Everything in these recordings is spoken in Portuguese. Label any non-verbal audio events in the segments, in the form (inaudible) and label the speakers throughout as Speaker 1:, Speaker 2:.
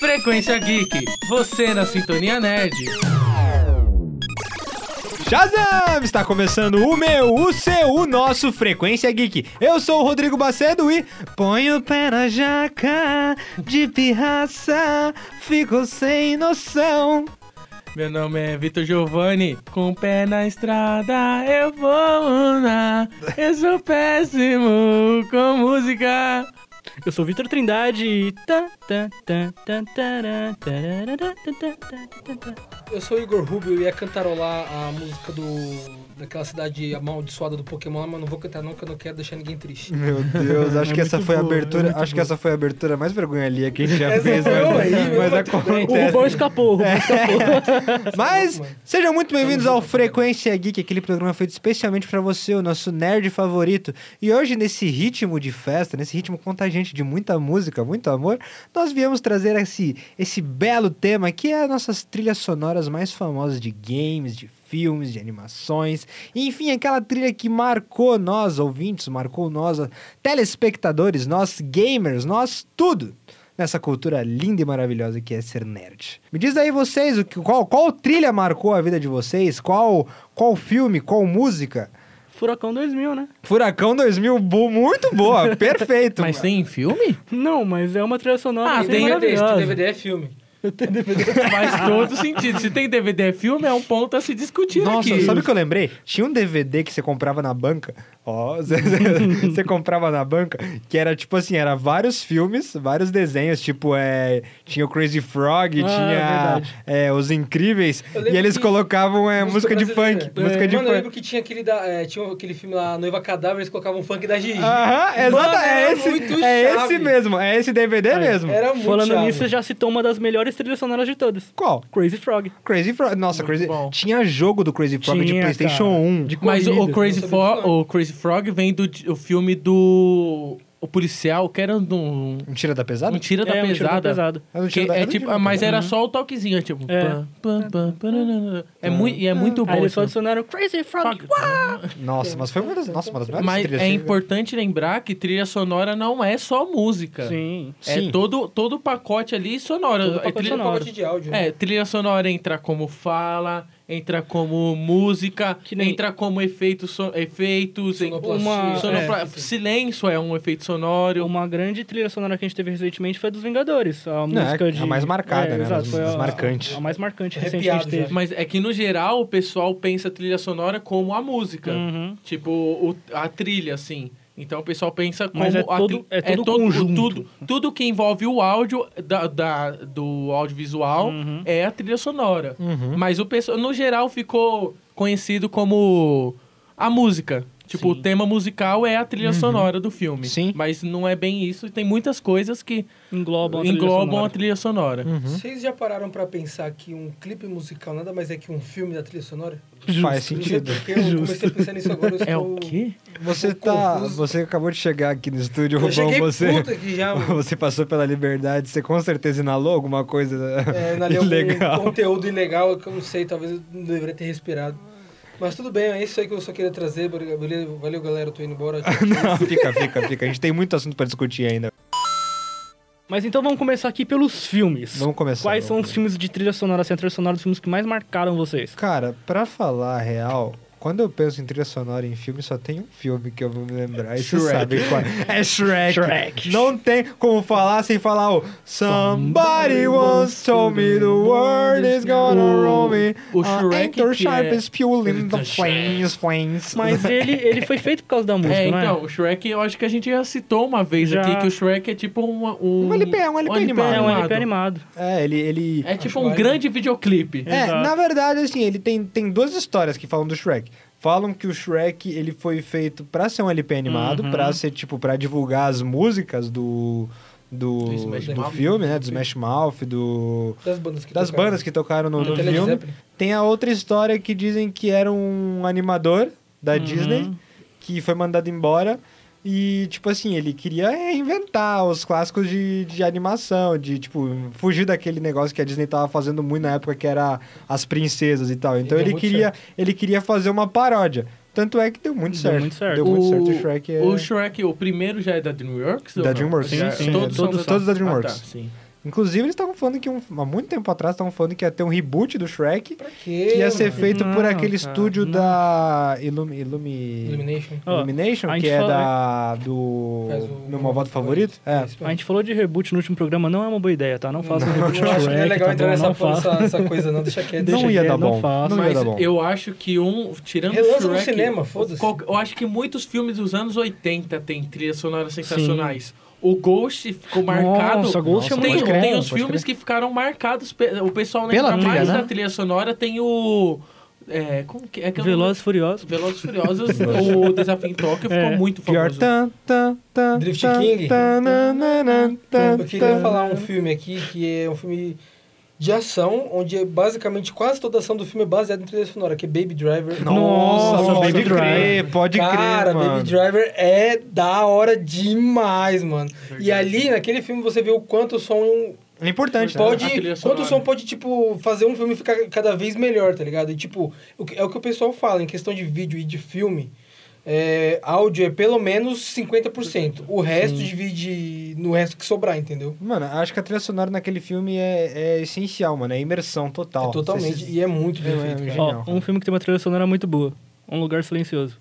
Speaker 1: Frequência Geek, você na Sintonia Nerd.
Speaker 2: Shazam! Está começando o meu, o seu, o nosso Frequência Geek. Eu sou o Rodrigo Bacedo e põe o pé na jaca de pirraça, ficou sem noção.
Speaker 1: Meu nome é Vitor Giovanni, com o pé na estrada eu vou andar. Eu sou péssimo com música.
Speaker 3: Eu sou Vitor Trindade e tá, tá, tá, tá, tará, tarará, tá, tá, tá, tá, tá.
Speaker 4: Eu sou o Igor Rubio e ia cantarolar a música do daquela cidade amaldiçoada do Pokémon, mas não vou cantar não, porque eu não quero deixar ninguém triste.
Speaker 2: Meu Deus, acho
Speaker 3: É
Speaker 2: que essa
Speaker 3: muito
Speaker 2: foi a
Speaker 3: boa, é
Speaker 2: abertura,
Speaker 3: muito
Speaker 2: acho que
Speaker 3: boa.
Speaker 2: essa foi a abertura mais vergonha ali que a gente já
Speaker 4: Essa
Speaker 2: fez,
Speaker 4: foi
Speaker 2: mas,
Speaker 4: aí, meu,
Speaker 2: mas
Speaker 4: muito bem.
Speaker 3: O Rubão
Speaker 2: acontece.
Speaker 3: escapou, o Rubão escapou.
Speaker 2: (laughs) Mas
Speaker 4: mano.
Speaker 2: sejam muito bem-vindos ao Frequência Geek, aquele programa feito especialmente pra você, o nosso nerd favorito. E hoje, nesse ritmo de festa, nesse ritmo contagiante de muita música, muito amor, nós viemos trazer esse, esse belo tema que é as nossas trilhas sonoras mais famosas de games, de filmes, de animações, enfim, aquela trilha que marcou nós, ouvintes, marcou nós, telespectadores, nós gamers, nós tudo nessa cultura linda e maravilhosa que é ser nerd. Me diz aí vocês o que, qual, qual trilha marcou a vida de vocês? Qual qual filme? Qual música?
Speaker 3: Furacão 2000, né?
Speaker 2: Furacão 2000, bo- muito boa, perfeito.
Speaker 1: Mas tem filme?
Speaker 3: Não, mas é uma trilha sonora
Speaker 1: Ah,
Speaker 3: assim,
Speaker 1: tem
Speaker 4: DVD, se tem
Speaker 3: maravilhosa.
Speaker 4: DVD é filme.
Speaker 1: Faz todo sentido. Se tem DVD é filme, é um ponto a se discutir
Speaker 2: Nossa,
Speaker 1: aqui.
Speaker 2: sabe o que eu lembrei? Tinha um DVD que você comprava na banca. Ó, (laughs) você- você comprava na banca, que era tipo assim, era vários filmes, vários desenhos, tipo, é, tinha o Crazy Frog,
Speaker 3: Ah,
Speaker 2: tinha
Speaker 3: verdade.
Speaker 2: é, Os Incríveis,
Speaker 4: Eu
Speaker 2: e
Speaker 4: lembro
Speaker 2: eles
Speaker 4: que-
Speaker 2: colocavam é, música,
Speaker 4: música
Speaker 2: de
Speaker 4: brasileira. É.
Speaker 2: funk, música de
Speaker 4: Mano, eu
Speaker 2: funk.
Speaker 4: lembro que tinha aquele, da, é, tinha aquele filme lá, Noiva Cadáver, eles colocavam funk da Gigi.
Speaker 2: Aham, exato,
Speaker 4: Mano,
Speaker 2: é
Speaker 4: era
Speaker 2: esse,
Speaker 4: muito
Speaker 2: é
Speaker 4: chave.
Speaker 2: esse mesmo, é esse DVD mesmo.
Speaker 4: Era muito
Speaker 3: Falando
Speaker 4: chave.
Speaker 3: nisso, você já citou uma das melhores trilhas sonoras de todas.
Speaker 2: Qual?
Speaker 3: Crazy Frog.
Speaker 2: Crazy Frog. Nossa, Crazy.
Speaker 1: bom.
Speaker 2: Tinha jogo do Crazy Frog de
Speaker 3: Tinha,
Speaker 2: PlayStation
Speaker 3: cara.
Speaker 2: 1.
Speaker 3: De
Speaker 1: Mas o, o
Speaker 3: corrida.
Speaker 1: Crazy
Speaker 2: né?
Speaker 4: não sabia
Speaker 1: Fro-
Speaker 4: disso, não.
Speaker 1: o Crazy Frog vem do di- o filme do o policial, que era um,
Speaker 2: Um tira da pesada?
Speaker 1: um tira da
Speaker 3: É, um tiro da
Speaker 1: pesada.
Speaker 3: pesada. Uhum.
Speaker 2: Era um
Speaker 1: Que
Speaker 2: tiro da-
Speaker 1: é
Speaker 2: era um
Speaker 1: tipo,
Speaker 2: tiro da
Speaker 1: mas
Speaker 2: pesada.
Speaker 1: era só o toquezinho, é tipo.
Speaker 3: É. Uhum.
Speaker 1: pam, pam, pam, pararara. É, muito, e é muito bom.
Speaker 3: Aí eles
Speaker 1: isso.
Speaker 3: só adicionaram Crazy Frog.
Speaker 2: Nossa, mas foi uma das, nossa, uma das melhores
Speaker 1: Mas
Speaker 2: trilhas.
Speaker 1: é
Speaker 2: assim.
Speaker 1: importante lembrar que trilha sonora não é só música.
Speaker 3: Sim.
Speaker 1: É
Speaker 2: Sim.
Speaker 1: todo todo o pacote ali sonora.
Speaker 3: Todo o
Speaker 1: É
Speaker 3: pacote
Speaker 1: trilha-
Speaker 4: Tinha um
Speaker 3: sonora.
Speaker 4: pacote de áudio. né?
Speaker 1: É, trilha sonora entra como fala, entra como música,
Speaker 3: Que nem-
Speaker 1: entra como efeito so- efeitos, en-
Speaker 4: Sonoplastia.
Speaker 3: Uma-
Speaker 1: sonopla-
Speaker 3: é.
Speaker 1: silêncio é um efeito sonoro.
Speaker 3: Uma grande trilha sonora que a gente teve recentemente foi a dos Vingadores. A música
Speaker 2: é
Speaker 3: de...
Speaker 2: a mais marcada, né?
Speaker 3: exato,
Speaker 2: Mas-
Speaker 3: foi
Speaker 2: mas
Speaker 3: a-
Speaker 2: marcante.
Speaker 3: A, mais marcante recente que a
Speaker 4: Arrepiado
Speaker 3: gente teve.
Speaker 1: Mas é que no geral o pessoal pensa a trilha sonora como a música,
Speaker 3: Uhum.
Speaker 1: tipo o- a trilha assim. Então o pessoal pensa como
Speaker 3: Mas é
Speaker 1: a
Speaker 3: todo-
Speaker 1: tri-
Speaker 3: é todo
Speaker 1: o-
Speaker 3: conjunto.
Speaker 1: tudo, tudo que envolve o áudio da, da- do audiovisual
Speaker 3: Uhum.
Speaker 1: é a trilha sonora.
Speaker 2: Uhum.
Speaker 1: Mas o pessoal no geral ficou conhecido como a música. Tipo, o
Speaker 3: Sim.
Speaker 1: tema musical é a trilha sonora do filme.
Speaker 2: Sim.
Speaker 1: Mas não é bem isso. e Tem muitas coisas que
Speaker 3: Englobam a trilha
Speaker 1: englobam
Speaker 3: sonora.
Speaker 1: a trilha sonora.
Speaker 2: Uhum.
Speaker 4: Vocês já pararam pra pensar que um clipe musical nada mais é que um filme da trilha sonora?
Speaker 2: Faz
Speaker 4: Eu não sei (laughs)
Speaker 2: sentido.
Speaker 4: porque eu comecei a pensar nisso agora. eu
Speaker 1: É o
Speaker 4: estou-
Speaker 1: quê?
Speaker 2: Você
Speaker 4: Eu tô
Speaker 2: tá.
Speaker 4: confuso.
Speaker 2: Você acabou de chegar aqui no estúdio,
Speaker 4: Eu
Speaker 2: Rubão.
Speaker 4: cheguei
Speaker 2: Você,
Speaker 4: puto então. aqui já, mano.
Speaker 2: (laughs) você passou pela liberdade, você com certeza inalou alguma coisa
Speaker 4: É, na
Speaker 2: ilegal.
Speaker 4: algum conteúdo ilegal é que eu não sei, talvez eu não deveria ter respirado. Mas tudo bem, é isso aí que eu só queria trazer. Valeu, valeu, galera, eu tô
Speaker 2: (laughs)
Speaker 4: indo embora. Tchau, tchau.
Speaker 2: (laughs) Não, fica, fica, fica. A gente tem muito assunto pra discutir ainda.
Speaker 3: Mas então vamos começar aqui pelos filmes.
Speaker 2: Vamos começar.
Speaker 3: Quais
Speaker 2: vamos
Speaker 3: são os filmes de trilha sonora, assim, a trilha sonora dos filmes que mais marcaram vocês?
Speaker 2: Cara, pra falar a real, quando eu penso em trilha sonora e em filme, só tem um filme que eu vou me lembrar. E vocês
Speaker 1: Shrek.
Speaker 2: sabem qual é. É Shrek.
Speaker 3: Shrek.
Speaker 2: Não tem como falar sem falar o Somebody once told me the world is gonna
Speaker 1: O-
Speaker 2: roll me.
Speaker 1: o
Speaker 2: Ah,
Speaker 1: Shrek
Speaker 2: enter
Speaker 1: que é-
Speaker 2: sharp is fueling the
Speaker 1: The
Speaker 2: flames, flames.
Speaker 3: Mas ele, ele foi feito por causa da música,
Speaker 1: É,
Speaker 3: não é?
Speaker 1: então, o Shrek, eu acho que a gente já citou uma vez
Speaker 3: Já.
Speaker 1: aqui que o Shrek é tipo uma- um.
Speaker 2: Um LP, um LP animado.
Speaker 3: É um LP animado.
Speaker 2: É, ele... ele...
Speaker 1: É tipo
Speaker 4: Acho
Speaker 1: um
Speaker 4: válido.
Speaker 1: grande videoclipe.
Speaker 2: É,
Speaker 3: Exato.
Speaker 2: na verdade, assim, ele tem, tem duas histórias que falam do Shrek. Falam que o Shrek, ele foi feito pra ser um LP animado,
Speaker 3: Uhum.
Speaker 2: pra ser, tipo, pra divulgar as músicas do... Do,
Speaker 1: Do Smash
Speaker 2: do
Speaker 1: Mouth.
Speaker 2: filme, né? Do Smash Mouth, do...
Speaker 4: Das bandas que
Speaker 2: das
Speaker 4: tocaram.
Speaker 2: bandas que tocaram no,
Speaker 3: Uhum.
Speaker 2: no
Speaker 4: Do Led
Speaker 2: filme.
Speaker 4: Zeppelin.
Speaker 2: Tem a outra história que dizem que era um animador da
Speaker 3: Uhum.
Speaker 2: Disney que foi mandado embora. E, tipo assim, ele queria reinventar os clássicos de, de animação, de, tipo, fugir daquele negócio que a Disney tava fazendo muito na época, que era as princesas e tal. Então
Speaker 4: deu
Speaker 2: ele
Speaker 4: muito
Speaker 2: queria, ele queria fazer uma paródia. Tanto é que deu muito
Speaker 3: Deu
Speaker 2: certo.
Speaker 3: muito certo.
Speaker 2: Deu muito certo. O Shrek é...
Speaker 1: o Shrek, o primeiro já é da DreamWorks? ou
Speaker 2: Da
Speaker 1: não?
Speaker 2: DreamWorks.
Speaker 1: Já- é.
Speaker 3: Sim, sim,
Speaker 1: todos,
Speaker 2: todos-
Speaker 1: são
Speaker 2: todos da DreamWorks.
Speaker 1: Ah, tá, sim.
Speaker 2: Inclusive, eles estavam falando que um, há muito tempo atrás estavam falando que ia ter um reboot do Shrek,
Speaker 4: Pra quê?
Speaker 2: que ia ser
Speaker 4: mano?
Speaker 2: feito por
Speaker 3: Não, cara,
Speaker 2: aquele estúdio
Speaker 3: não.
Speaker 2: da Illumi, Illumi-
Speaker 4: Illumination.
Speaker 3: Ó,
Speaker 2: Illumination,
Speaker 3: a
Speaker 2: que
Speaker 3: gente
Speaker 2: é
Speaker 3: fala-
Speaker 2: da do
Speaker 4: Faz o-
Speaker 2: meu malvado favorito. É.
Speaker 4: Isso,
Speaker 3: A gente falou de reboot no último programa, não é uma boa ideia, tá? Não faça um reboot
Speaker 4: Eu
Speaker 3: do
Speaker 4: acho que
Speaker 3: Shrek,
Speaker 4: não é legal
Speaker 3: tá
Speaker 4: entrar
Speaker 3: bom? Não
Speaker 4: nessa,
Speaker 3: faça.
Speaker 4: nessa, essa coisa, não. Deixa quieto.
Speaker 2: Não
Speaker 3: Deixa
Speaker 2: ia dar
Speaker 3: quieto, (laughs) não
Speaker 2: bom.
Speaker 3: faça.
Speaker 2: Não ia dar
Speaker 1: Mas
Speaker 2: bom.
Speaker 1: eu acho que um. Tirando
Speaker 4: Relança no
Speaker 1: Shrek,
Speaker 4: cinema, foda-se.
Speaker 1: qual- Eu acho que muitos filmes dos anos 80 têm trilhas sonoras sensacionais. O Ghost ficou marcado.
Speaker 3: Nossa, Ghost é
Speaker 1: tem,
Speaker 3: muito
Speaker 1: tem
Speaker 3: bom,
Speaker 1: os
Speaker 2: pode
Speaker 1: filmes que ficaram marcados. pe- O pessoal
Speaker 2: Pela
Speaker 1: lembra
Speaker 2: trilha,
Speaker 1: mais
Speaker 2: né?
Speaker 1: da trilha sonora. Tem o. É, como que é que eu não-
Speaker 3: Velozes e Furiosos.
Speaker 1: Velozes e
Speaker 2: (laughs)
Speaker 1: Furiosos, o Desafio em Tóquio ficou
Speaker 3: É.
Speaker 1: muito
Speaker 2: Pior
Speaker 1: famoso.
Speaker 2: tan, tan, tan,
Speaker 4: Drift
Speaker 2: tan,
Speaker 4: King?
Speaker 2: tan, nan, nan, nan, tan,
Speaker 3: é.
Speaker 4: Eu queria
Speaker 2: tan.
Speaker 4: falar um filme aqui que é um filme de ação, onde é basicamente quase toda a ação do filme é baseada em trilha sonora, que é Baby Driver.
Speaker 2: Nossa,
Speaker 3: Nossa,
Speaker 2: pode
Speaker 3: Baby
Speaker 2: crer,
Speaker 3: Driver.
Speaker 2: pode
Speaker 4: Cara,
Speaker 2: crer, mano.
Speaker 4: Baby Driver é da hora demais,
Speaker 1: É
Speaker 4: mano. E ali, naquele filme, você vê o quanto o som
Speaker 2: É importante, né?
Speaker 4: pode.
Speaker 1: A trilha
Speaker 4: Quanto o
Speaker 1: sonora.
Speaker 4: som pode, tipo, fazer um filme ficar cada vez melhor, tá ligado? E, tipo, o que- é o que o pessoal fala em questão de vídeo e de filme. é, áudio é pelo menos 50%. O resto divide no resto que sobrar, entendeu?
Speaker 2: Mano, acho que a trilha sonora naquele filme é, é essencial, mano. É imersão total.
Speaker 4: É totalmente.
Speaker 2: Você-
Speaker 4: E é muito bem
Speaker 2: É,
Speaker 4: feito,
Speaker 2: é,
Speaker 4: cara.
Speaker 2: Genial.
Speaker 3: Ó, um filme que tem uma trilha sonora muito boa. Um Lugar Silencioso.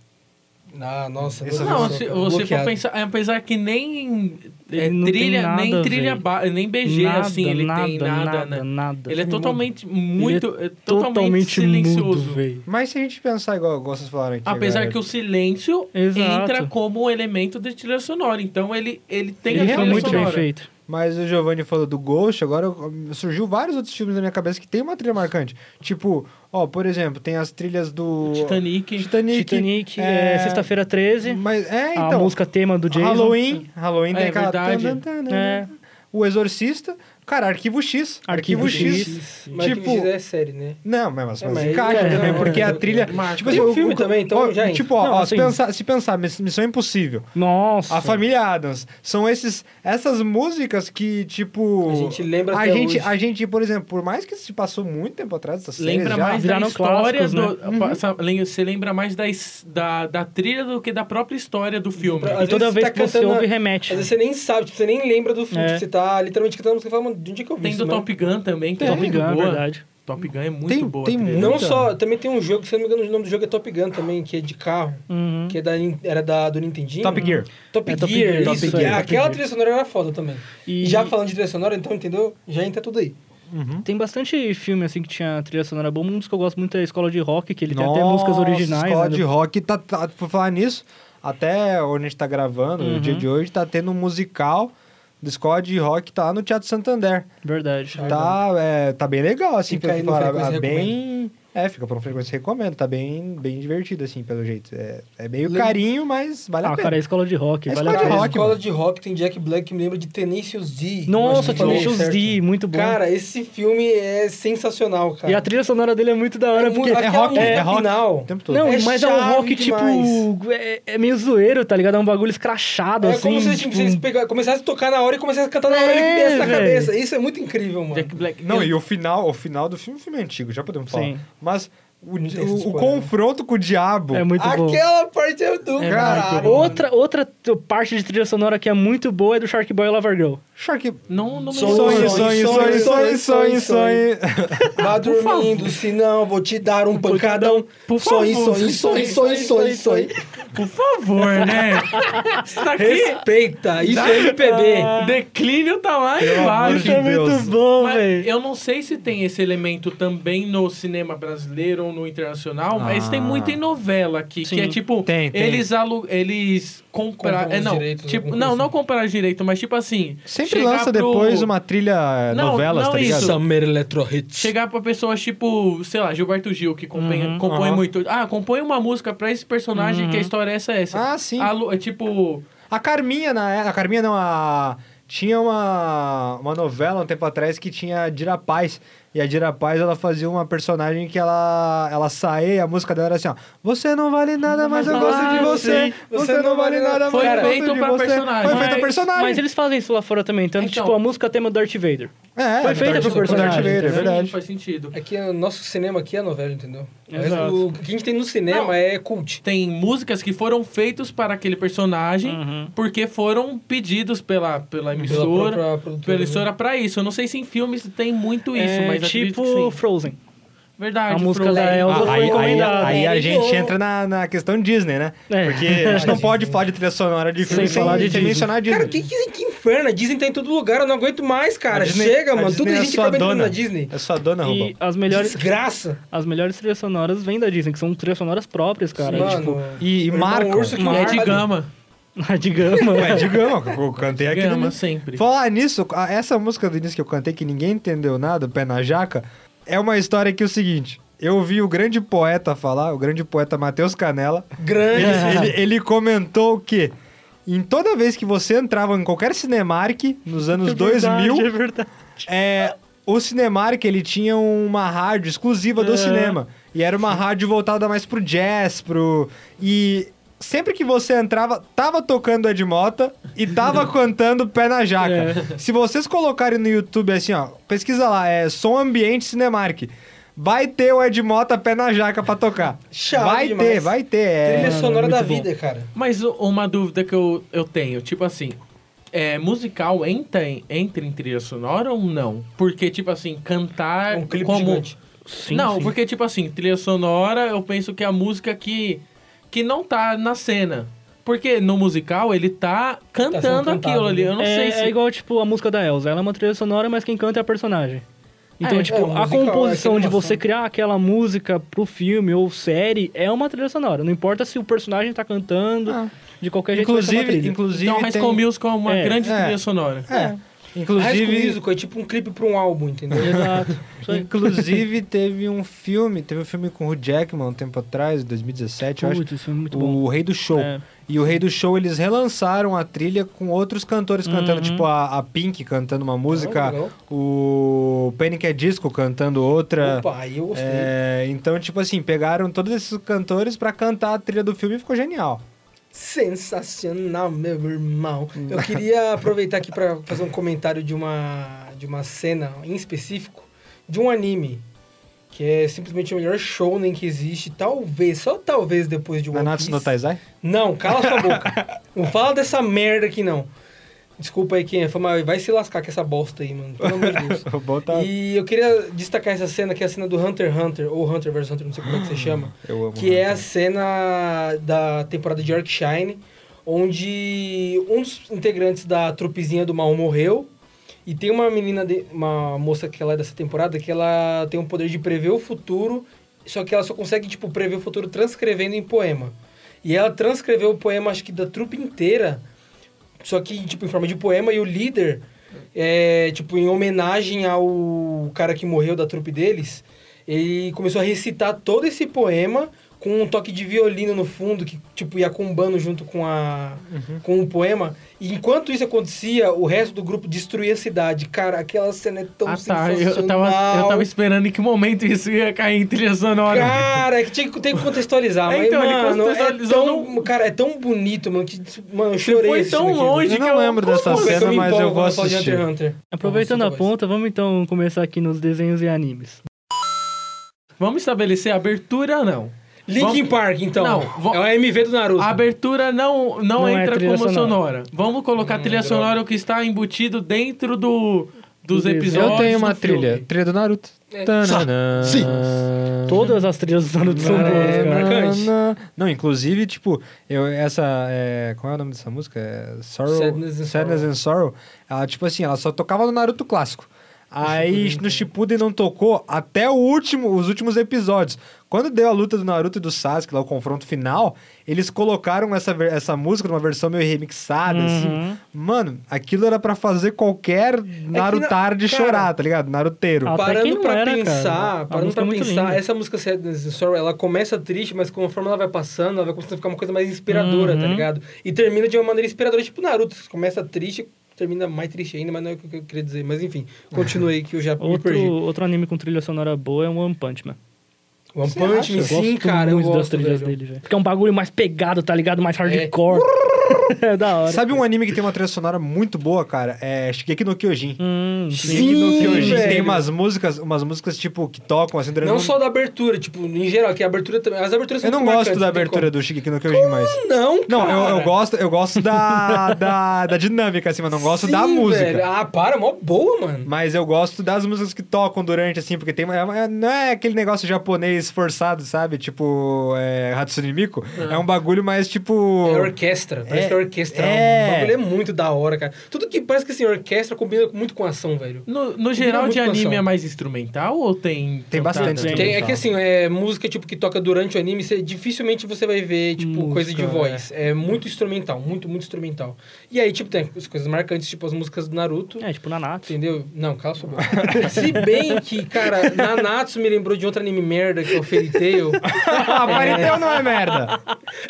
Speaker 4: Ah, nossa.
Speaker 2: Essa
Speaker 4: meu
Speaker 1: Não,
Speaker 4: Deus,
Speaker 1: se
Speaker 4: cara,
Speaker 1: você for
Speaker 4: bloqueado.
Speaker 1: pensar, é, apesar que nem é,
Speaker 3: Ele não tem
Speaker 1: trilha,
Speaker 3: nada a
Speaker 1: nem
Speaker 3: ver.
Speaker 1: trilha, ba- nem BG
Speaker 3: nada,
Speaker 1: assim, ele
Speaker 3: nada,
Speaker 1: tem nada,
Speaker 3: nada,
Speaker 1: né?
Speaker 3: nada.
Speaker 1: Ele é
Speaker 3: Filme
Speaker 1: totalmente muito, é
Speaker 3: mudo.
Speaker 1: totalmente, silencioso.
Speaker 3: mudo, véi.
Speaker 2: Mas se a gente pensar igual, igual vocês falaram aqui.
Speaker 1: Apesar
Speaker 2: agora,
Speaker 1: que o silêncio
Speaker 3: Exato.
Speaker 1: entra como um elemento de trilha sonora, então ele ele tem
Speaker 3: Ele
Speaker 1: a
Speaker 3: foi
Speaker 2: é
Speaker 1: trilha
Speaker 3: muito bem
Speaker 1: sonora.
Speaker 3: feito.
Speaker 2: Mas o Giovanni falou do Ghost, agora eu- surgiu vários outros filmes na minha cabeça que tem uma trilha marcante. Tipo, ó, por exemplo, tem as trilhas do.
Speaker 1: Titanic,
Speaker 2: Titanic.
Speaker 3: Titanic, é... Sexta-feira 13.
Speaker 2: Mas é,
Speaker 3: a
Speaker 2: então.
Speaker 3: música tema do Jason.
Speaker 2: Halloween. Halloween tem
Speaker 1: É,
Speaker 2: aquela.
Speaker 1: verdade.
Speaker 2: tan, tan, tan,
Speaker 3: É.
Speaker 2: O Exorcista. Cara, Arquivo X.
Speaker 3: Arquivo X.
Speaker 4: Mas
Speaker 2: Tipo-
Speaker 4: tipo, é série, né?
Speaker 2: Não, mas, mas,
Speaker 4: É, mas
Speaker 2: encaixa
Speaker 4: é,
Speaker 2: também,
Speaker 4: é,
Speaker 2: porque
Speaker 4: é,
Speaker 2: a
Speaker 4: é,
Speaker 2: trilha.
Speaker 1: é.
Speaker 2: Tipo,
Speaker 4: Tem
Speaker 2: assim,
Speaker 4: um filme também, então
Speaker 2: ó,
Speaker 4: já
Speaker 2: Tipo, ó,
Speaker 3: entra.
Speaker 2: ó,
Speaker 3: Não,
Speaker 2: se,
Speaker 3: assim-
Speaker 2: pensar, se pensar, Miss- Missão Impossível.
Speaker 3: Nossa.
Speaker 2: A família Adams. São esses, essas músicas que, tipo.
Speaker 4: A gente lembra
Speaker 2: a
Speaker 4: até
Speaker 2: gente,
Speaker 4: hoje.
Speaker 2: a gente, por exemplo, por mais que se passou muito tempo atrás, essas séries
Speaker 1: Lembra
Speaker 2: já,
Speaker 1: mais da
Speaker 3: Viraram
Speaker 1: história
Speaker 3: clássicos, né? Uhum.
Speaker 1: do, passa- lem- Você lembra mais da, his- da, da trilha do que da própria história do filme.
Speaker 4: Pra-
Speaker 2: Uhum.
Speaker 3: E
Speaker 4: Às
Speaker 3: toda
Speaker 4: vezes
Speaker 3: vez
Speaker 4: tá
Speaker 3: que você
Speaker 4: cantando-
Speaker 3: ouve,
Speaker 4: Às
Speaker 3: remete.
Speaker 4: vezes você nem sabe, tipo, você nem lembra do filme.
Speaker 3: É.
Speaker 4: tipo, Você tá literalmente cantando a música e fala, mano, de onde é que eu vi
Speaker 1: Tem
Speaker 4: isso,
Speaker 1: do
Speaker 4: mano?
Speaker 1: Top Gun também, que é
Speaker 3: Top
Speaker 1: muito
Speaker 3: Gun, é
Speaker 1: boa.
Speaker 3: verdade.
Speaker 1: Top Gun é muito
Speaker 2: né? Tem-
Speaker 1: boa.
Speaker 2: tem
Speaker 1: a trilha.
Speaker 2: muito.
Speaker 4: Não
Speaker 2: Então.
Speaker 4: só, também tem um jogo, se eu não me engano, o nome do jogo é Top Gun também, que é de carro.
Speaker 3: Uhum.
Speaker 4: Que é da, Nin- era da, do Nintendinho.
Speaker 2: Top Gear.
Speaker 3: É,
Speaker 4: Top Gear,
Speaker 3: Top Gear,
Speaker 4: isso.
Speaker 3: Top Gear,
Speaker 4: Ah,
Speaker 3: Top
Speaker 4: Aquela
Speaker 3: Gear.
Speaker 4: trilha sonora era foda também.
Speaker 3: E-
Speaker 4: E já falando de trilha sonora, então, entendeu? Já entra tudo aí.
Speaker 2: Uhum.
Speaker 3: Tem bastante filme assim que tinha trilha sonora boa. Um dos que eu gosto muito é a Escola de Rock, que ele tem até músicas originais.
Speaker 2: Escola
Speaker 3: né?
Speaker 2: de rock, tá, tá- por falar nisso, até onde a gente tá gravando, no
Speaker 3: Uhum.
Speaker 2: dia de hoje, tá tendo um musical do Escola de Rock, tá lá no Teatro Santander.
Speaker 3: Verdade.
Speaker 2: Tá, é, tá bem legal, assim,
Speaker 4: Fica aí
Speaker 2: pelo
Speaker 4: no
Speaker 2: falar,
Speaker 4: Frequência
Speaker 2: é bem... É, fica por um frequência recomendo, tá bem, bem divertido, assim, pelo jeito. É, é meio
Speaker 4: Lembra-
Speaker 2: carinho, mas vale a
Speaker 3: Ah,
Speaker 2: pena.
Speaker 3: cara, é Escola de Rock.
Speaker 2: É
Speaker 3: vale a
Speaker 2: Escola de
Speaker 3: pena.
Speaker 4: a
Speaker 2: rock,
Speaker 4: escola
Speaker 2: mano.
Speaker 4: de rock tem Jack Black que me lembra de Tenacious D.
Speaker 3: Nossa,
Speaker 4: Eu acho que eu falei
Speaker 3: Tenacious
Speaker 4: certo.
Speaker 3: D, muito bom.
Speaker 4: Cara, esse filme é sensacional, cara.
Speaker 3: e a trilha sonora dele é muito da hora, porque...
Speaker 2: é rock,
Speaker 4: é,
Speaker 2: é rock.
Speaker 4: final.
Speaker 2: O tempo todo.
Speaker 3: Não,
Speaker 4: É
Speaker 3: mas é um
Speaker 4: chave
Speaker 3: rock,
Speaker 4: demais.
Speaker 3: tipo... É, é meio zoeiro, tá ligado? É um bagulho escrachado,
Speaker 4: É
Speaker 3: assim.
Speaker 4: como se
Speaker 3: tipo,
Speaker 4: tipo, vocês pega- começassem a tocar na hora e começassem a cantar na hora
Speaker 3: É,
Speaker 4: e na
Speaker 3: velho.
Speaker 4: cabeça. Isso é muito incrível, mano.
Speaker 1: Jack Black.
Speaker 2: Não, e o final, o final do filme é um filme antigo, já podemos falar.
Speaker 3: Sim.
Speaker 2: Mas o,
Speaker 4: Não tem esse
Speaker 2: o- o
Speaker 4: spoiler, né?
Speaker 2: confronto com o diabo.
Speaker 3: É muito bom.
Speaker 4: Aquela parte é do
Speaker 3: É
Speaker 4: caralho.
Speaker 3: muito bom. Outra, outra t- parte de trilha sonora que é muito boa é do Shark Boy e Lover Girl.
Speaker 2: Shark.
Speaker 1: Não, não me
Speaker 4: Sonho,
Speaker 2: Sonho,
Speaker 1: lembro.
Speaker 2: sonho, sonho, sonho, sonho, sonho.
Speaker 4: Vá dormindo, senão vou te dar um pancadão.
Speaker 1: Por
Speaker 4: Sonho,
Speaker 1: favor.
Speaker 4: sonho, sonho, sonho, sonho, sonho.
Speaker 1: Por favor,
Speaker 2: (laughs)
Speaker 1: né? Isso daqui,
Speaker 4: Respeita, isso é MPB.
Speaker 1: declínio tá lá
Speaker 2: amor
Speaker 1: embaixo.
Speaker 4: é
Speaker 2: de Deus.
Speaker 3: bom,
Speaker 1: Mas eu não sei se tem esse elemento também no cinema brasileiro ou no internacional, mas
Speaker 2: Ah.
Speaker 1: tem muito em novela aqui,
Speaker 3: Sim.
Speaker 1: que é tipo,
Speaker 2: Tem, tem.
Speaker 1: eles alu eles comprar,
Speaker 4: Compram
Speaker 1: é,
Speaker 4: os
Speaker 1: não,
Speaker 4: direitos,
Speaker 1: tipo,
Speaker 4: alguma
Speaker 1: não,
Speaker 4: coisa assim.
Speaker 1: não comprar direito, mas tipo assim,
Speaker 2: Sempre
Speaker 1: chegar
Speaker 2: lança
Speaker 1: pro-
Speaker 2: depois uma trilha
Speaker 1: Não,
Speaker 2: novelas,
Speaker 1: não
Speaker 2: tá ligado?
Speaker 1: isso.
Speaker 4: Summer Electro Hits.
Speaker 1: Chegar pra pessoas tipo, sei lá, Gilberto Gil, que compõe,
Speaker 3: Uhum,
Speaker 1: compõe
Speaker 2: aham.
Speaker 1: muito. Ah, compõe uma música pra esse personagem
Speaker 4: Uhum.
Speaker 1: que a história é essa, essa.
Speaker 2: Ah, sim.
Speaker 1: A Lu- é tipo,
Speaker 2: A Carminha, na... é, a Carminha não, a... Tinha uma, uma novela um tempo atrás que tinha Dira Paz, E a Dira Paz, ela fazia uma personagem que ela, ela saía e a música dela era assim, ó. Você não vale nada, mas eu
Speaker 1: Ah,
Speaker 2: gosto de você.
Speaker 4: sim.
Speaker 2: Você não vale nada, mas
Speaker 1: Foi
Speaker 2: eu
Speaker 1: feito
Speaker 2: gosto de
Speaker 1: pra
Speaker 2: você.
Speaker 1: personagem.
Speaker 2: Foi feito pra
Speaker 3: Mas-
Speaker 2: personagem.
Speaker 3: Mas eles fazem isso lá fora também. Tanto,
Speaker 1: Então.
Speaker 3: tipo, a música tema Darth Vader.
Speaker 2: É,
Speaker 3: foi
Speaker 2: do
Speaker 3: feita
Speaker 2: Darth-
Speaker 3: pro
Speaker 2: do Darth
Speaker 3: personagem,
Speaker 2: Vader, é
Speaker 3: entendeu?
Speaker 2: verdade.
Speaker 1: Faz sentido.
Speaker 4: É que o nosso cinema aqui é novela, entendeu? Mas
Speaker 3: Exato.
Speaker 4: O que a gente tem no cinema
Speaker 1: Não.
Speaker 4: é cult.
Speaker 1: Tem músicas que foram feitas para aquele personagem
Speaker 3: Uhum.
Speaker 1: porque foram pedidos pela, pela emissora.
Speaker 4: própria
Speaker 1: Pela
Speaker 4: produtora, né?
Speaker 1: emissora pra isso. Eu não sei se em filmes tem muito isso,
Speaker 3: é,
Speaker 1: mas acredito que
Speaker 3: tipo
Speaker 1: sim.
Speaker 3: Frozen.
Speaker 1: Verdade.
Speaker 3: a música
Speaker 1: Frozen.
Speaker 3: da Elsa
Speaker 2: Ah,
Speaker 3: foi
Speaker 2: aí, aí,
Speaker 3: encomendada.
Speaker 2: aí a
Speaker 4: Ele
Speaker 2: gente
Speaker 4: ligou.
Speaker 2: entra na, na questão Disney, né?
Speaker 3: É.
Speaker 2: Porque a gente não pode falar de trilha sonora de filme sem,
Speaker 3: falar de
Speaker 2: sem
Speaker 3: Disney.
Speaker 2: mencionar Disney.
Speaker 4: Cara, que, que, que inferno. A Disney tá em todo lugar, eu não aguento mais, cara.
Speaker 2: A Disney-
Speaker 4: Chega,
Speaker 2: a
Speaker 4: mano.
Speaker 2: Disney
Speaker 4: Tudo
Speaker 2: é
Speaker 4: a gente
Speaker 2: sua
Speaker 4: acaba entrando
Speaker 2: dona.
Speaker 4: na Disney.
Speaker 2: É sua dona, Rubão.
Speaker 3: E as melhores,
Speaker 4: Desgraça.
Speaker 3: as melhores trilhas sonoras vêm da Disney, que são trilhas sonoras próprias, cara.
Speaker 4: Mano,
Speaker 3: Tipo,
Speaker 2: E, e
Speaker 4: Irmão
Speaker 2: marcam.
Speaker 4: Urso que
Speaker 1: E é de
Speaker 4: marca.
Speaker 1: gama.
Speaker 3: (laughs) a de Gama.
Speaker 2: Ué, digamos, eu cantei aqui no
Speaker 1: Gama
Speaker 2: início.
Speaker 1: sempre.
Speaker 2: Falar nisso, a- essa música do início que eu cantei, que ninguém entendeu nada, Pé na Jaca, é uma história que é o seguinte. Eu ouvi o grande poeta falar, o grande poeta Matheus Canela,
Speaker 3: (laughs)
Speaker 4: Grande.
Speaker 2: Ele, ele- ele comentou que em toda vez que você entrava em qualquer Cinemark nos anos
Speaker 3: (laughs) É verdade,
Speaker 2: 2000,
Speaker 3: É verdade.
Speaker 2: é, o Cinemark ele tinha uma rádio exclusiva do
Speaker 3: É.
Speaker 2: cinema. E era uma rádio voltada mais pro jazz, pro. E sempre que você entrava, tava tocando Ed Mota e tava cantando Pé na Jaca. Se vocês colocarem no YouTube assim, ó, pesquisa lá, é som ambiente Cinemark. Vai ter o Ed Mota Pé na Jaca pra tocar.
Speaker 4: Chave
Speaker 2: vai
Speaker 4: demais.
Speaker 2: ter, vai ter. é-
Speaker 4: Trilha sonora
Speaker 3: muito
Speaker 4: da
Speaker 3: bom.
Speaker 4: vida, cara.
Speaker 1: Mas u- uma dúvida que eu, eu tenho, tipo assim, é, musical entra em, entra em trilha sonora ou não? Porque, tipo assim, cantar
Speaker 4: Um clipe
Speaker 1: como...
Speaker 4: gigante.
Speaker 3: Sim,
Speaker 1: não,
Speaker 3: sim.
Speaker 1: porque, tipo assim, trilha sonora, eu penso que é a música que, que não tá na cena. Porque no musical ele tá cantando
Speaker 4: cantado,
Speaker 1: aquilo ali.
Speaker 4: né?
Speaker 1: Eu não
Speaker 3: é,
Speaker 1: sei se.
Speaker 3: é igual, tipo, a música da Elsa. Ela é uma trilha sonora, mas quem canta é a personagem. Então,
Speaker 1: É,
Speaker 3: tipo,
Speaker 4: é,
Speaker 3: a
Speaker 4: musical,
Speaker 3: composição
Speaker 4: é
Speaker 3: de
Speaker 4: animação.
Speaker 3: você criar aquela música pro filme ou série é uma trilha sonora. Não importa se o personagem tá cantando,
Speaker 2: Ah.
Speaker 3: de qualquer jeito vai ser uma
Speaker 2: Inclusive,
Speaker 3: trilha.
Speaker 2: inclusive
Speaker 1: Então, High School
Speaker 2: tem...
Speaker 1: Musical é uma
Speaker 3: É,
Speaker 1: grande
Speaker 2: é.
Speaker 1: trilha sonora.
Speaker 2: É.
Speaker 4: High School
Speaker 2: Inclusive,
Speaker 4: Musical é tipo um clipe pra um álbum, entendeu?
Speaker 3: Exato. Isso aí.
Speaker 2: inclusive teve um filme, teve um filme com o Hugh Jackman um tempo atrás, 2017, eu acho.
Speaker 3: Putz, isso foi muito bom.
Speaker 2: O Rei do Show.
Speaker 3: É.
Speaker 2: E o Rei do Show, eles relançaram a trilha com outros cantores cantando,
Speaker 3: Uhum.
Speaker 2: tipo a, a Pink cantando uma música,
Speaker 4: legal.
Speaker 2: o Panic! at Disco cantando outra.
Speaker 4: Opa, aí eu gostei.
Speaker 2: É, então, tipo assim, pegaram todos esses cantores pra cantar a trilha do filme e ficou genial.
Speaker 4: Sensacional, meu irmão. Eu queria aproveitar aqui pra fazer um comentário de uma, de uma cena em específico de um anime. Que é simplesmente o melhor shounen que existe. Talvez, só talvez depois de One
Speaker 2: Nanatsu no
Speaker 4: Piece.
Speaker 2: Taizai?
Speaker 4: Não, cala sua boca. não fala dessa merda aqui, não. Desculpa aí quem é fã, mas vai se lascar com essa bosta aí, mano. Pelo amor de Deus.
Speaker 2: O bom (laughs) tá-
Speaker 4: E eu queria destacar essa cena, que é a cena do Hunter x Hunter, ou Hunter vs Hunter, não sei como é que você chama.
Speaker 2: Eu amo.
Speaker 4: Que é a
Speaker 2: Hunter.
Speaker 4: cena da temporada de Arkshine, onde um dos integrantes da trupezinha do mal morreu. E tem uma menina, de- uma moça que ela é dessa temporada, que ela tem o poder de prever o futuro, só que ela só consegue, tipo, prever o futuro transcrevendo em poema. E ela transcreveu o poema, acho que da trupe inteira, só que, tipo, em forma de poema, e o líder, é, tipo, em homenagem ao cara que morreu da trupe deles, ele começou a recitar todo esse poema com um toque de violino no fundo, que, tipo, ia combando junto com, a,
Speaker 1: Uhum.
Speaker 4: com o poema. E enquanto isso acontecia, o resto do grupo destruía a cidade. Cara, aquela cena é tão
Speaker 1: Ah, tá.
Speaker 4: sensacional.
Speaker 1: Eu tava, eu tava esperando em que momento isso ia cair em trilha sonora.
Speaker 4: Cara, é que tinha que, tem que contextualizar.
Speaker 1: É,
Speaker 4: mas,
Speaker 1: então, ele
Speaker 4: mano, é
Speaker 1: contextualizou
Speaker 4: tão, Cara, é tão bonito, mano. Que, mano, eu
Speaker 1: Você
Speaker 4: chorei
Speaker 1: foi
Speaker 4: assistindo
Speaker 1: tão
Speaker 4: aquilo.
Speaker 1: longe
Speaker 2: Eu
Speaker 1: que
Speaker 2: não lembro dessa
Speaker 4: Como é que
Speaker 2: cena, Tá
Speaker 4: me
Speaker 2: mas
Speaker 4: empolgo
Speaker 2: eu vou
Speaker 4: quando falo de
Speaker 2: assistir.
Speaker 4: Hunter x Hunter?
Speaker 3: Aproveitando
Speaker 4: Nossa,
Speaker 3: a
Speaker 4: eu gosto.
Speaker 3: ponta, vamos então começar aqui nos desenhos e animes.
Speaker 1: Vamos estabelecer abertura, não.
Speaker 4: Linkin
Speaker 1: Vamos- Ah,
Speaker 4: Park, então.
Speaker 1: Não, vo-
Speaker 4: É o MV do Naruto.
Speaker 1: A abertura não, não,
Speaker 3: Não é
Speaker 1: entra
Speaker 3: trilha
Speaker 1: como sonora.
Speaker 3: sonora.
Speaker 1: Vamos colocar a trilha
Speaker 4: droga.
Speaker 1: sonora que está embutido dentro do, dos
Speaker 3: desenho.
Speaker 1: episódios.
Speaker 2: Eu tenho uma
Speaker 1: do filme.
Speaker 2: trilha, trilha do Naruto.
Speaker 4: É.
Speaker 2: Tananã.
Speaker 1: Sim.
Speaker 3: Todas as trilhas do Naruto são
Speaker 4: Cara,
Speaker 3: boas,
Speaker 4: é
Speaker 3: cara.
Speaker 4: marcante.
Speaker 2: Na- Não, inclusive, tipo, eu, essa. é, qual é o nome dessa música? É Sorrow,
Speaker 4: Sadness and Sorrow.
Speaker 2: and Sorrow. Ela, tipo assim, ela só tocava no Naruto clássico. Aí no Shippuden não tocou até o último, os últimos episódios. Quando deu a luta do Naruto e do Sasuke, lá o confronto final, eles colocaram essa, ver- essa música numa versão meio remixada,
Speaker 4: Uhum.
Speaker 2: assim. Mano, aquilo era pra fazer qualquer Narutar de
Speaker 4: É cara,
Speaker 2: chorar, tá ligado? Naruteiro.
Speaker 3: até que
Speaker 4: Parando
Speaker 3: não
Speaker 4: pra
Speaker 3: era, cara.
Speaker 4: pensar,
Speaker 3: A
Speaker 4: parando
Speaker 3: música
Speaker 4: pra
Speaker 3: é muito
Speaker 4: pensar,
Speaker 3: linda.
Speaker 4: essa música Sadness and Sorrow, ela começa triste, mas conforme ela vai passando, ela vai começando a ficar uma coisa mais inspiradora, tá ligado? E termina de uma maneira inspiradora, tipo Naruto, que começa triste, termina mais triste ainda, mas não é o que eu queria dizer. Mas enfim, continuei que eu já me
Speaker 3: Outro,
Speaker 4: perdi.
Speaker 3: outro anime com trilha sonora boa é o One Punch Man.
Speaker 4: One
Speaker 2: Você
Speaker 4: Punch Man,
Speaker 2: acha?
Speaker 4: sim, cara, eu
Speaker 3: muito das
Speaker 4: gosto.
Speaker 3: trilhas
Speaker 4: velho.
Speaker 3: dele, velho. Porque é um bagulho mais pegado, tá ligado? Mais hardcore. (laughs) É, da hora.
Speaker 2: Sabe um anime que tem uma trilha sonora muito boa, cara? É Shigeki no Kyojin.
Speaker 3: Hum,
Speaker 2: Shigeki no
Speaker 4: Sim,
Speaker 2: Kyojin
Speaker 4: velho.
Speaker 2: tem umas músicas, umas músicas tipo que tocam assim durante
Speaker 4: Não
Speaker 2: um-
Speaker 4: só da abertura, tipo, em geral, que a abertura também. As aberturas
Speaker 2: Eu não
Speaker 4: são
Speaker 2: gosto
Speaker 4: muito marcantes,
Speaker 2: da
Speaker 4: não tem
Speaker 2: abertura do Shigeki no Kyojin, mas
Speaker 4: como. Não,
Speaker 2: Não, eu, eu
Speaker 4: cara.
Speaker 2: gosto, eu gosto da, da, da dinâmica, assim, mas não gosto
Speaker 4: Sim,
Speaker 2: da música.
Speaker 4: velho. Ah, para, mó boa, mano.
Speaker 2: Mas eu gosto das músicas que tocam durante, assim, porque tem. uma- é- é- não é aquele negócio japonês forçado, sabe? Tipo, é, Hatsune Miku. É um bagulho mais tipo.
Speaker 4: Ah.
Speaker 2: (laughs)
Speaker 4: É orquestra, parece
Speaker 2: É,
Speaker 4: que é orquestra.
Speaker 2: é.
Speaker 4: O bagulho é muito da hora, cara. Tudo que parece que assim, orquestra combina muito com ação, velho.
Speaker 1: No, no geral, de
Speaker 4: muito
Speaker 1: anime
Speaker 4: canção.
Speaker 1: é mais instrumental ou tem.
Speaker 2: Tem bastante
Speaker 1: cantada?
Speaker 4: Tem,
Speaker 2: instrumental.
Speaker 4: é que assim, é música tipo que toca durante o anime, você, dificilmente você vai ver, tipo,
Speaker 3: Música,
Speaker 4: coisa de voz. É. muito instrumental, muito, muito instrumental. E aí, tipo, tem as coisas marcantes, tipo as músicas do Naruto.
Speaker 3: É, tipo Nanatsu.
Speaker 4: Entendeu? Não, cala sua boca. (laughs) Se bem que, cara, Nanatsu me lembrou de outro anime merda que é o Fairy Tail.
Speaker 2: Ah, Pariteu não é merda.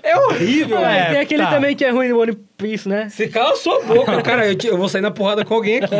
Speaker 4: É horrível,
Speaker 3: Ah,
Speaker 4: velho.
Speaker 2: É,
Speaker 3: tem aquele
Speaker 2: tá.
Speaker 3: também que é ruim do One Piece, né?
Speaker 4: Você cala sua
Speaker 3: (laughs)
Speaker 4: boca, cara. Eu, te- eu vou sair na porrada com alguém aqui.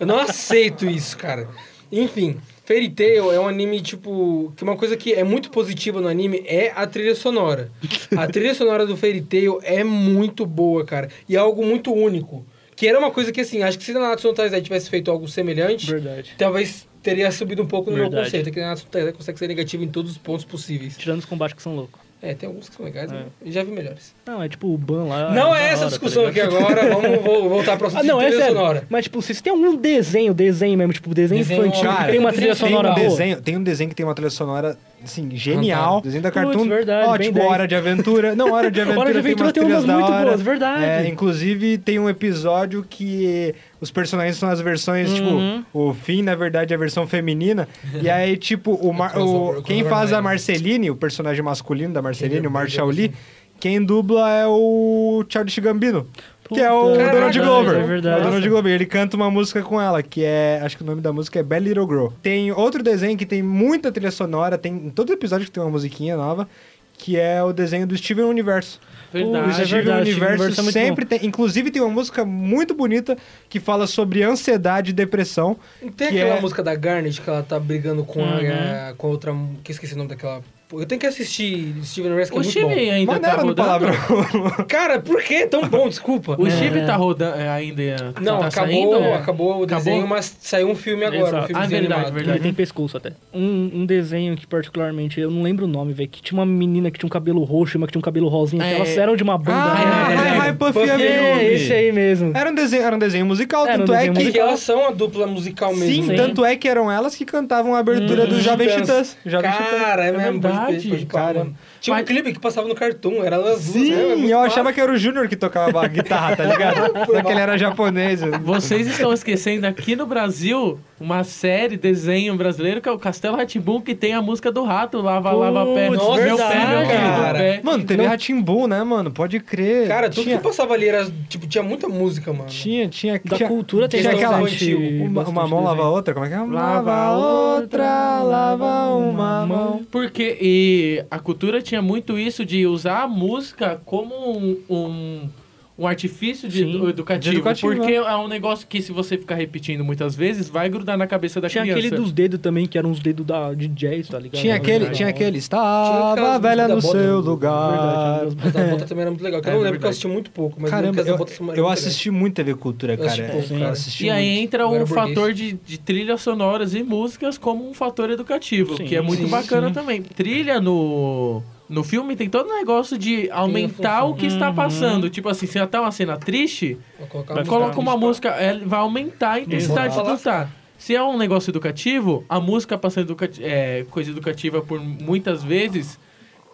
Speaker 4: Eu não aceito isso, cara. Enfim, Fairy Tail é um anime, tipo. Que uma coisa que é muito positiva no anime é a trilha sonora. A trilha sonora do Fairy Tail é muito boa, cara. E é algo muito único. Que era uma coisa que, assim, acho que se Nanatsu no Taizai tivesse feito algo semelhante,
Speaker 3: Verdade.
Speaker 4: talvez teria subido um pouco no meu
Speaker 3: Verdade.
Speaker 4: conceito. É que Nanatsu no Taizai consegue ser negativo em todos os pontos possíveis.
Speaker 3: Tirando os combates que são loucos.
Speaker 4: É, tem alguns que são legais,
Speaker 3: É.
Speaker 4: mas eu já vi melhores.
Speaker 3: Não, é tipo o Ban lá.
Speaker 4: Não
Speaker 3: da
Speaker 4: é essa
Speaker 3: hora, tá
Speaker 4: discussão aqui
Speaker 3: ligado?
Speaker 4: agora, vamos vo- voltar para o assunto
Speaker 3: Ah, não,
Speaker 4: de
Speaker 3: é
Speaker 4: trilha
Speaker 3: sério.
Speaker 4: sonora.
Speaker 3: Mas, tipo, vocês têm algum desenho, desenho mesmo, tipo, desenho,
Speaker 4: Desenho,
Speaker 3: infantil,
Speaker 2: um cara,
Speaker 3: que tem uma
Speaker 4: desenho,
Speaker 3: trilha
Speaker 2: Tem
Speaker 3: sonora
Speaker 2: um,
Speaker 3: boa?
Speaker 2: desenho, tem um desenho que tem uma trilha sonora, assim, genial.
Speaker 4: Fantástico.
Speaker 2: Desenho da
Speaker 3: Putz,
Speaker 2: Cartoon.
Speaker 3: verdade,
Speaker 2: Ó,
Speaker 3: bem
Speaker 2: tipo,
Speaker 3: 10.
Speaker 2: Hora de Aventura. Não, Hora de Aventura,
Speaker 3: (laughs) Hora de Aventura tem umas
Speaker 2: trilhas
Speaker 3: muito
Speaker 2: da hora.
Speaker 3: boas, verdade.
Speaker 2: É, inclusive, tem um episódio que os personagens são as versões,
Speaker 3: Uhum.
Speaker 2: tipo, o Finn, na verdade, é a versão feminina.
Speaker 3: (laughs)
Speaker 2: e aí, tipo, o, Mar-
Speaker 4: crossover,
Speaker 2: o-
Speaker 4: o
Speaker 2: quem
Speaker 4: crossover
Speaker 2: faz a
Speaker 4: online.
Speaker 2: Marceline, o personagem masculino da Marceline,
Speaker 4: Entendi,
Speaker 2: é o Marshall
Speaker 4: entendi,
Speaker 2: Lee, quem dubla é o Childish Gambino. Que é o
Speaker 3: Puta,
Speaker 2: Donald
Speaker 4: caraca,
Speaker 2: Glover.
Speaker 3: É verdade.
Speaker 2: O Donald Glover. Ele canta uma música com ela, que é. Acho que o nome da música é Bad Little Girl. Tem outro desenho que tem muita trilha sonora, tem em todo episódio que tem uma musiquinha nova, que é o desenho do Steven Universo.
Speaker 1: Verdade.
Speaker 2: o
Speaker 3: Isso é
Speaker 2: Steven
Speaker 3: verdade, o Steven
Speaker 2: Universo
Speaker 3: Universe é muito
Speaker 2: sempre tem. Inclusive, tem uma música muito bonita que fala sobre ansiedade e depressão.
Speaker 4: Não Tem
Speaker 2: que
Speaker 4: aquela
Speaker 2: é-
Speaker 4: música da Garnet que ela tá brigando com
Speaker 3: Uhum.
Speaker 4: a, eh, com a outra. Que eu esqueci o nome daquela. Pô, Eu tenho que assistir Steven Universe, que é
Speaker 1: O
Speaker 4: muito bom.
Speaker 1: Chibi ainda tá
Speaker 2: Maneira no
Speaker 1: rodando.
Speaker 3: (laughs)
Speaker 2: palavrão.
Speaker 4: Cara, por que é tão bom? Desculpa.
Speaker 1: O
Speaker 3: É.
Speaker 1: Chibi tá rodando é, ainda. é,
Speaker 4: Não,
Speaker 1: tá
Speaker 4: acabou,
Speaker 1: saindo, é?
Speaker 4: acabou o desenho,
Speaker 1: Acabou?
Speaker 4: mas saiu um filme agora,
Speaker 3: Exato.
Speaker 4: um filmezinho
Speaker 1: Ah, verdade,
Speaker 4: animado.
Speaker 1: verdade.
Speaker 3: Ele tem pescoço até. Um, um desenho que, particularmente, eu não lembro o nome, velho, que tinha uma menina que tinha um cabelo roxo e uma que tinha um cabelo rosinha, que
Speaker 1: É.
Speaker 3: elas eram de uma banda.
Speaker 2: Ah,
Speaker 3: né?
Speaker 1: é,
Speaker 2: Hi
Speaker 1: é.
Speaker 2: Hi Puffy
Speaker 4: Puffy
Speaker 2: Amigumi.
Speaker 3: é, esse aí mesmo.
Speaker 2: Era um desenho, era um desenho musical,
Speaker 3: Era um
Speaker 2: tanto é
Speaker 3: desenho
Speaker 2: que.
Speaker 4: Porque elas são a dupla musical
Speaker 2: Sim,
Speaker 4: mesmo. né?
Speaker 3: Sim. Uhum.
Speaker 2: tanto é que eram elas que cantavam a abertura dos Jovens Titãs. Jovens Titãs.
Speaker 4: Cara, é mesmo. pode- pode-
Speaker 1: verdade,
Speaker 4: pode-
Speaker 2: cara.
Speaker 4: mano. Tinha um
Speaker 1: Mas-
Speaker 4: clipe que passava no cartoon, era elas duas. né? Era
Speaker 2: Sim,
Speaker 4: muito
Speaker 2: eu
Speaker 4: massa.
Speaker 2: achava que era o Júnior que tocava a guitarra, tá
Speaker 4: (laughs)
Speaker 2: ligado? Só que ele era japonês.
Speaker 1: Vocês estão esquecendo aqui no Brasil uma série, desenho brasileiro, que é o Castelo Ratibum, que tem a música do rato, Lava,
Speaker 3: Putz,
Speaker 1: Lava Pé.
Speaker 4: nossa,
Speaker 1: meu pé, meu
Speaker 4: verdade, cara.
Speaker 1: pé.
Speaker 2: Mano, teve Ratimbu, né, mano? Pode crer.
Speaker 4: Cara, tudo
Speaker 2: tinha,
Speaker 4: que passava ali era. Tipo, tinha muita música, mano.
Speaker 2: tinha, tinha,
Speaker 3: Da
Speaker 2: tinha-
Speaker 3: cultura tem
Speaker 2: tinha aquela.
Speaker 3: bastante-
Speaker 2: Uma,
Speaker 3: bastante
Speaker 2: uma mão
Speaker 3: desenho.
Speaker 2: lava a outra, como é que é?
Speaker 3: Lava
Speaker 2: Lava outra,
Speaker 3: outra,
Speaker 2: lava uma
Speaker 3: uma
Speaker 2: mão.
Speaker 1: Porque e a cultura tinha muito isso de usar a música como um, um, um artifício de
Speaker 3: Sim,
Speaker 1: edu- educativo,
Speaker 2: de educativo,
Speaker 1: Porque é um negócio que, se você ficar repetindo muitas vezes, vai grudar na cabeça da
Speaker 3: Tinha
Speaker 1: criança.
Speaker 3: aquele dos dedos também, que eram os dedos da, de jazz, tá ligado?
Speaker 2: Tinha
Speaker 3: Era
Speaker 2: aquele,
Speaker 3: legal. É,
Speaker 2: tinha aquele.
Speaker 4: Tinha aquelas
Speaker 2: Estava a
Speaker 4: músicas
Speaker 2: velha
Speaker 4: da
Speaker 2: no
Speaker 4: bota,
Speaker 2: seu
Speaker 4: né?
Speaker 2: lugar.
Speaker 3: Verdade,
Speaker 4: Mas da bota também era muito legal. que eu
Speaker 1: É
Speaker 4: não lembro que eu
Speaker 1: verdade.
Speaker 4: assisti muito pouco, mas
Speaker 2: Caramba,
Speaker 4: lembro que as
Speaker 2: eu,
Speaker 4: botas são- eram
Speaker 2: eu
Speaker 4: muito
Speaker 2: assisti muito TV Cultura,
Speaker 4: Eu
Speaker 2: cara.
Speaker 4: assisti pouco,
Speaker 2: Eu
Speaker 4: cara.
Speaker 2: assisti
Speaker 1: E aí
Speaker 2: muito.
Speaker 1: entra
Speaker 4: Eu era
Speaker 1: o
Speaker 4: burguês.
Speaker 1: fator de, de trilhas sonoras e músicas como um fator educativo,
Speaker 3: Sim,
Speaker 1: que é muito
Speaker 4: sim,
Speaker 1: bacana
Speaker 3: sim.
Speaker 1: também. Trilha no, no filme tem todo um negócio de aumentar
Speaker 4: função.
Speaker 1: o que está passando. Tipo assim, se tá uma cena triste,
Speaker 4: legais. Vou colocar
Speaker 1: Vai coloca uma música, ela vai aumentar a intensidade
Speaker 4: Exato.
Speaker 1: do tá. Se é um negócio educativo, a música passando educati é, coisa educativa por muitas vezes,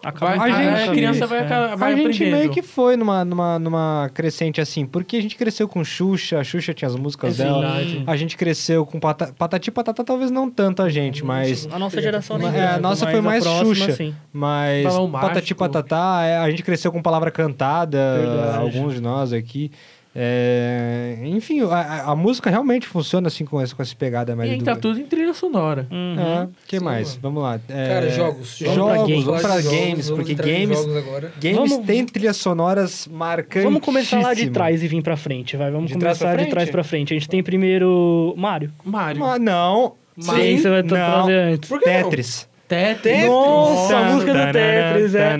Speaker 3: Acaba
Speaker 1: vai-
Speaker 2: A
Speaker 1: a,
Speaker 2: gente-
Speaker 1: criança vai,
Speaker 3: é.
Speaker 1: aca- vai
Speaker 2: a
Speaker 1: aprendendo.
Speaker 2: gente meio que foi numa, numa, numa crescente assim, porque a gente cresceu com Xuxa, a Xuxa tinha as músicas dela.
Speaker 1: Verdade.
Speaker 2: A gente cresceu com pata, Patati Patata, talvez não tanto a gente, mas.
Speaker 3: A nossa geração
Speaker 2: Mas,
Speaker 3: nem
Speaker 2: é, a
Speaker 3: tanto,
Speaker 2: nossa
Speaker 3: mas
Speaker 2: foi mais
Speaker 3: a próxima,
Speaker 2: Xuxa.
Speaker 3: sim.
Speaker 2: Mas
Speaker 1: Balão
Speaker 2: Patati
Speaker 1: Mágico.
Speaker 2: Patatá, é, a gente cresceu com palavra cantada,
Speaker 3: Verdade.
Speaker 2: alguns de nós aqui. É, enfim, a- a, a música realmente funciona assim com essa, com essa pegada mais
Speaker 1: E aí tá
Speaker 2: educada.
Speaker 1: tudo em trilha sonora.
Speaker 3: Uhum.
Speaker 2: É, que
Speaker 4: Sim,
Speaker 2: mais?
Speaker 4: mano.
Speaker 2: Vamos lá. É,
Speaker 4: Cara, jogos.
Speaker 2: Jogos, vamos pra
Speaker 4: falar de
Speaker 2: games,
Speaker 4: vamos
Speaker 2: porque
Speaker 4: entrar em
Speaker 2: games,
Speaker 4: Jogos agora.
Speaker 2: games
Speaker 3: Vamos-
Speaker 2: têm trilhas sonoras marcantes.
Speaker 3: Vamos começar lá de trás e vir pra frente, vai. Vamos
Speaker 2: De trás
Speaker 3: começar
Speaker 2: pra
Speaker 3: de trás
Speaker 2: frente?
Speaker 3: pra frente. A gente tem primeiro Mario.
Speaker 1: Mario.
Speaker 2: Mas não,
Speaker 3: Sim, aí você vai tra-
Speaker 2: não.
Speaker 3: trazer antes.
Speaker 4: Por que não?
Speaker 2: Tetris.
Speaker 1: Tetris.
Speaker 3: Nossa, a música do Tetris, é.
Speaker 2: é.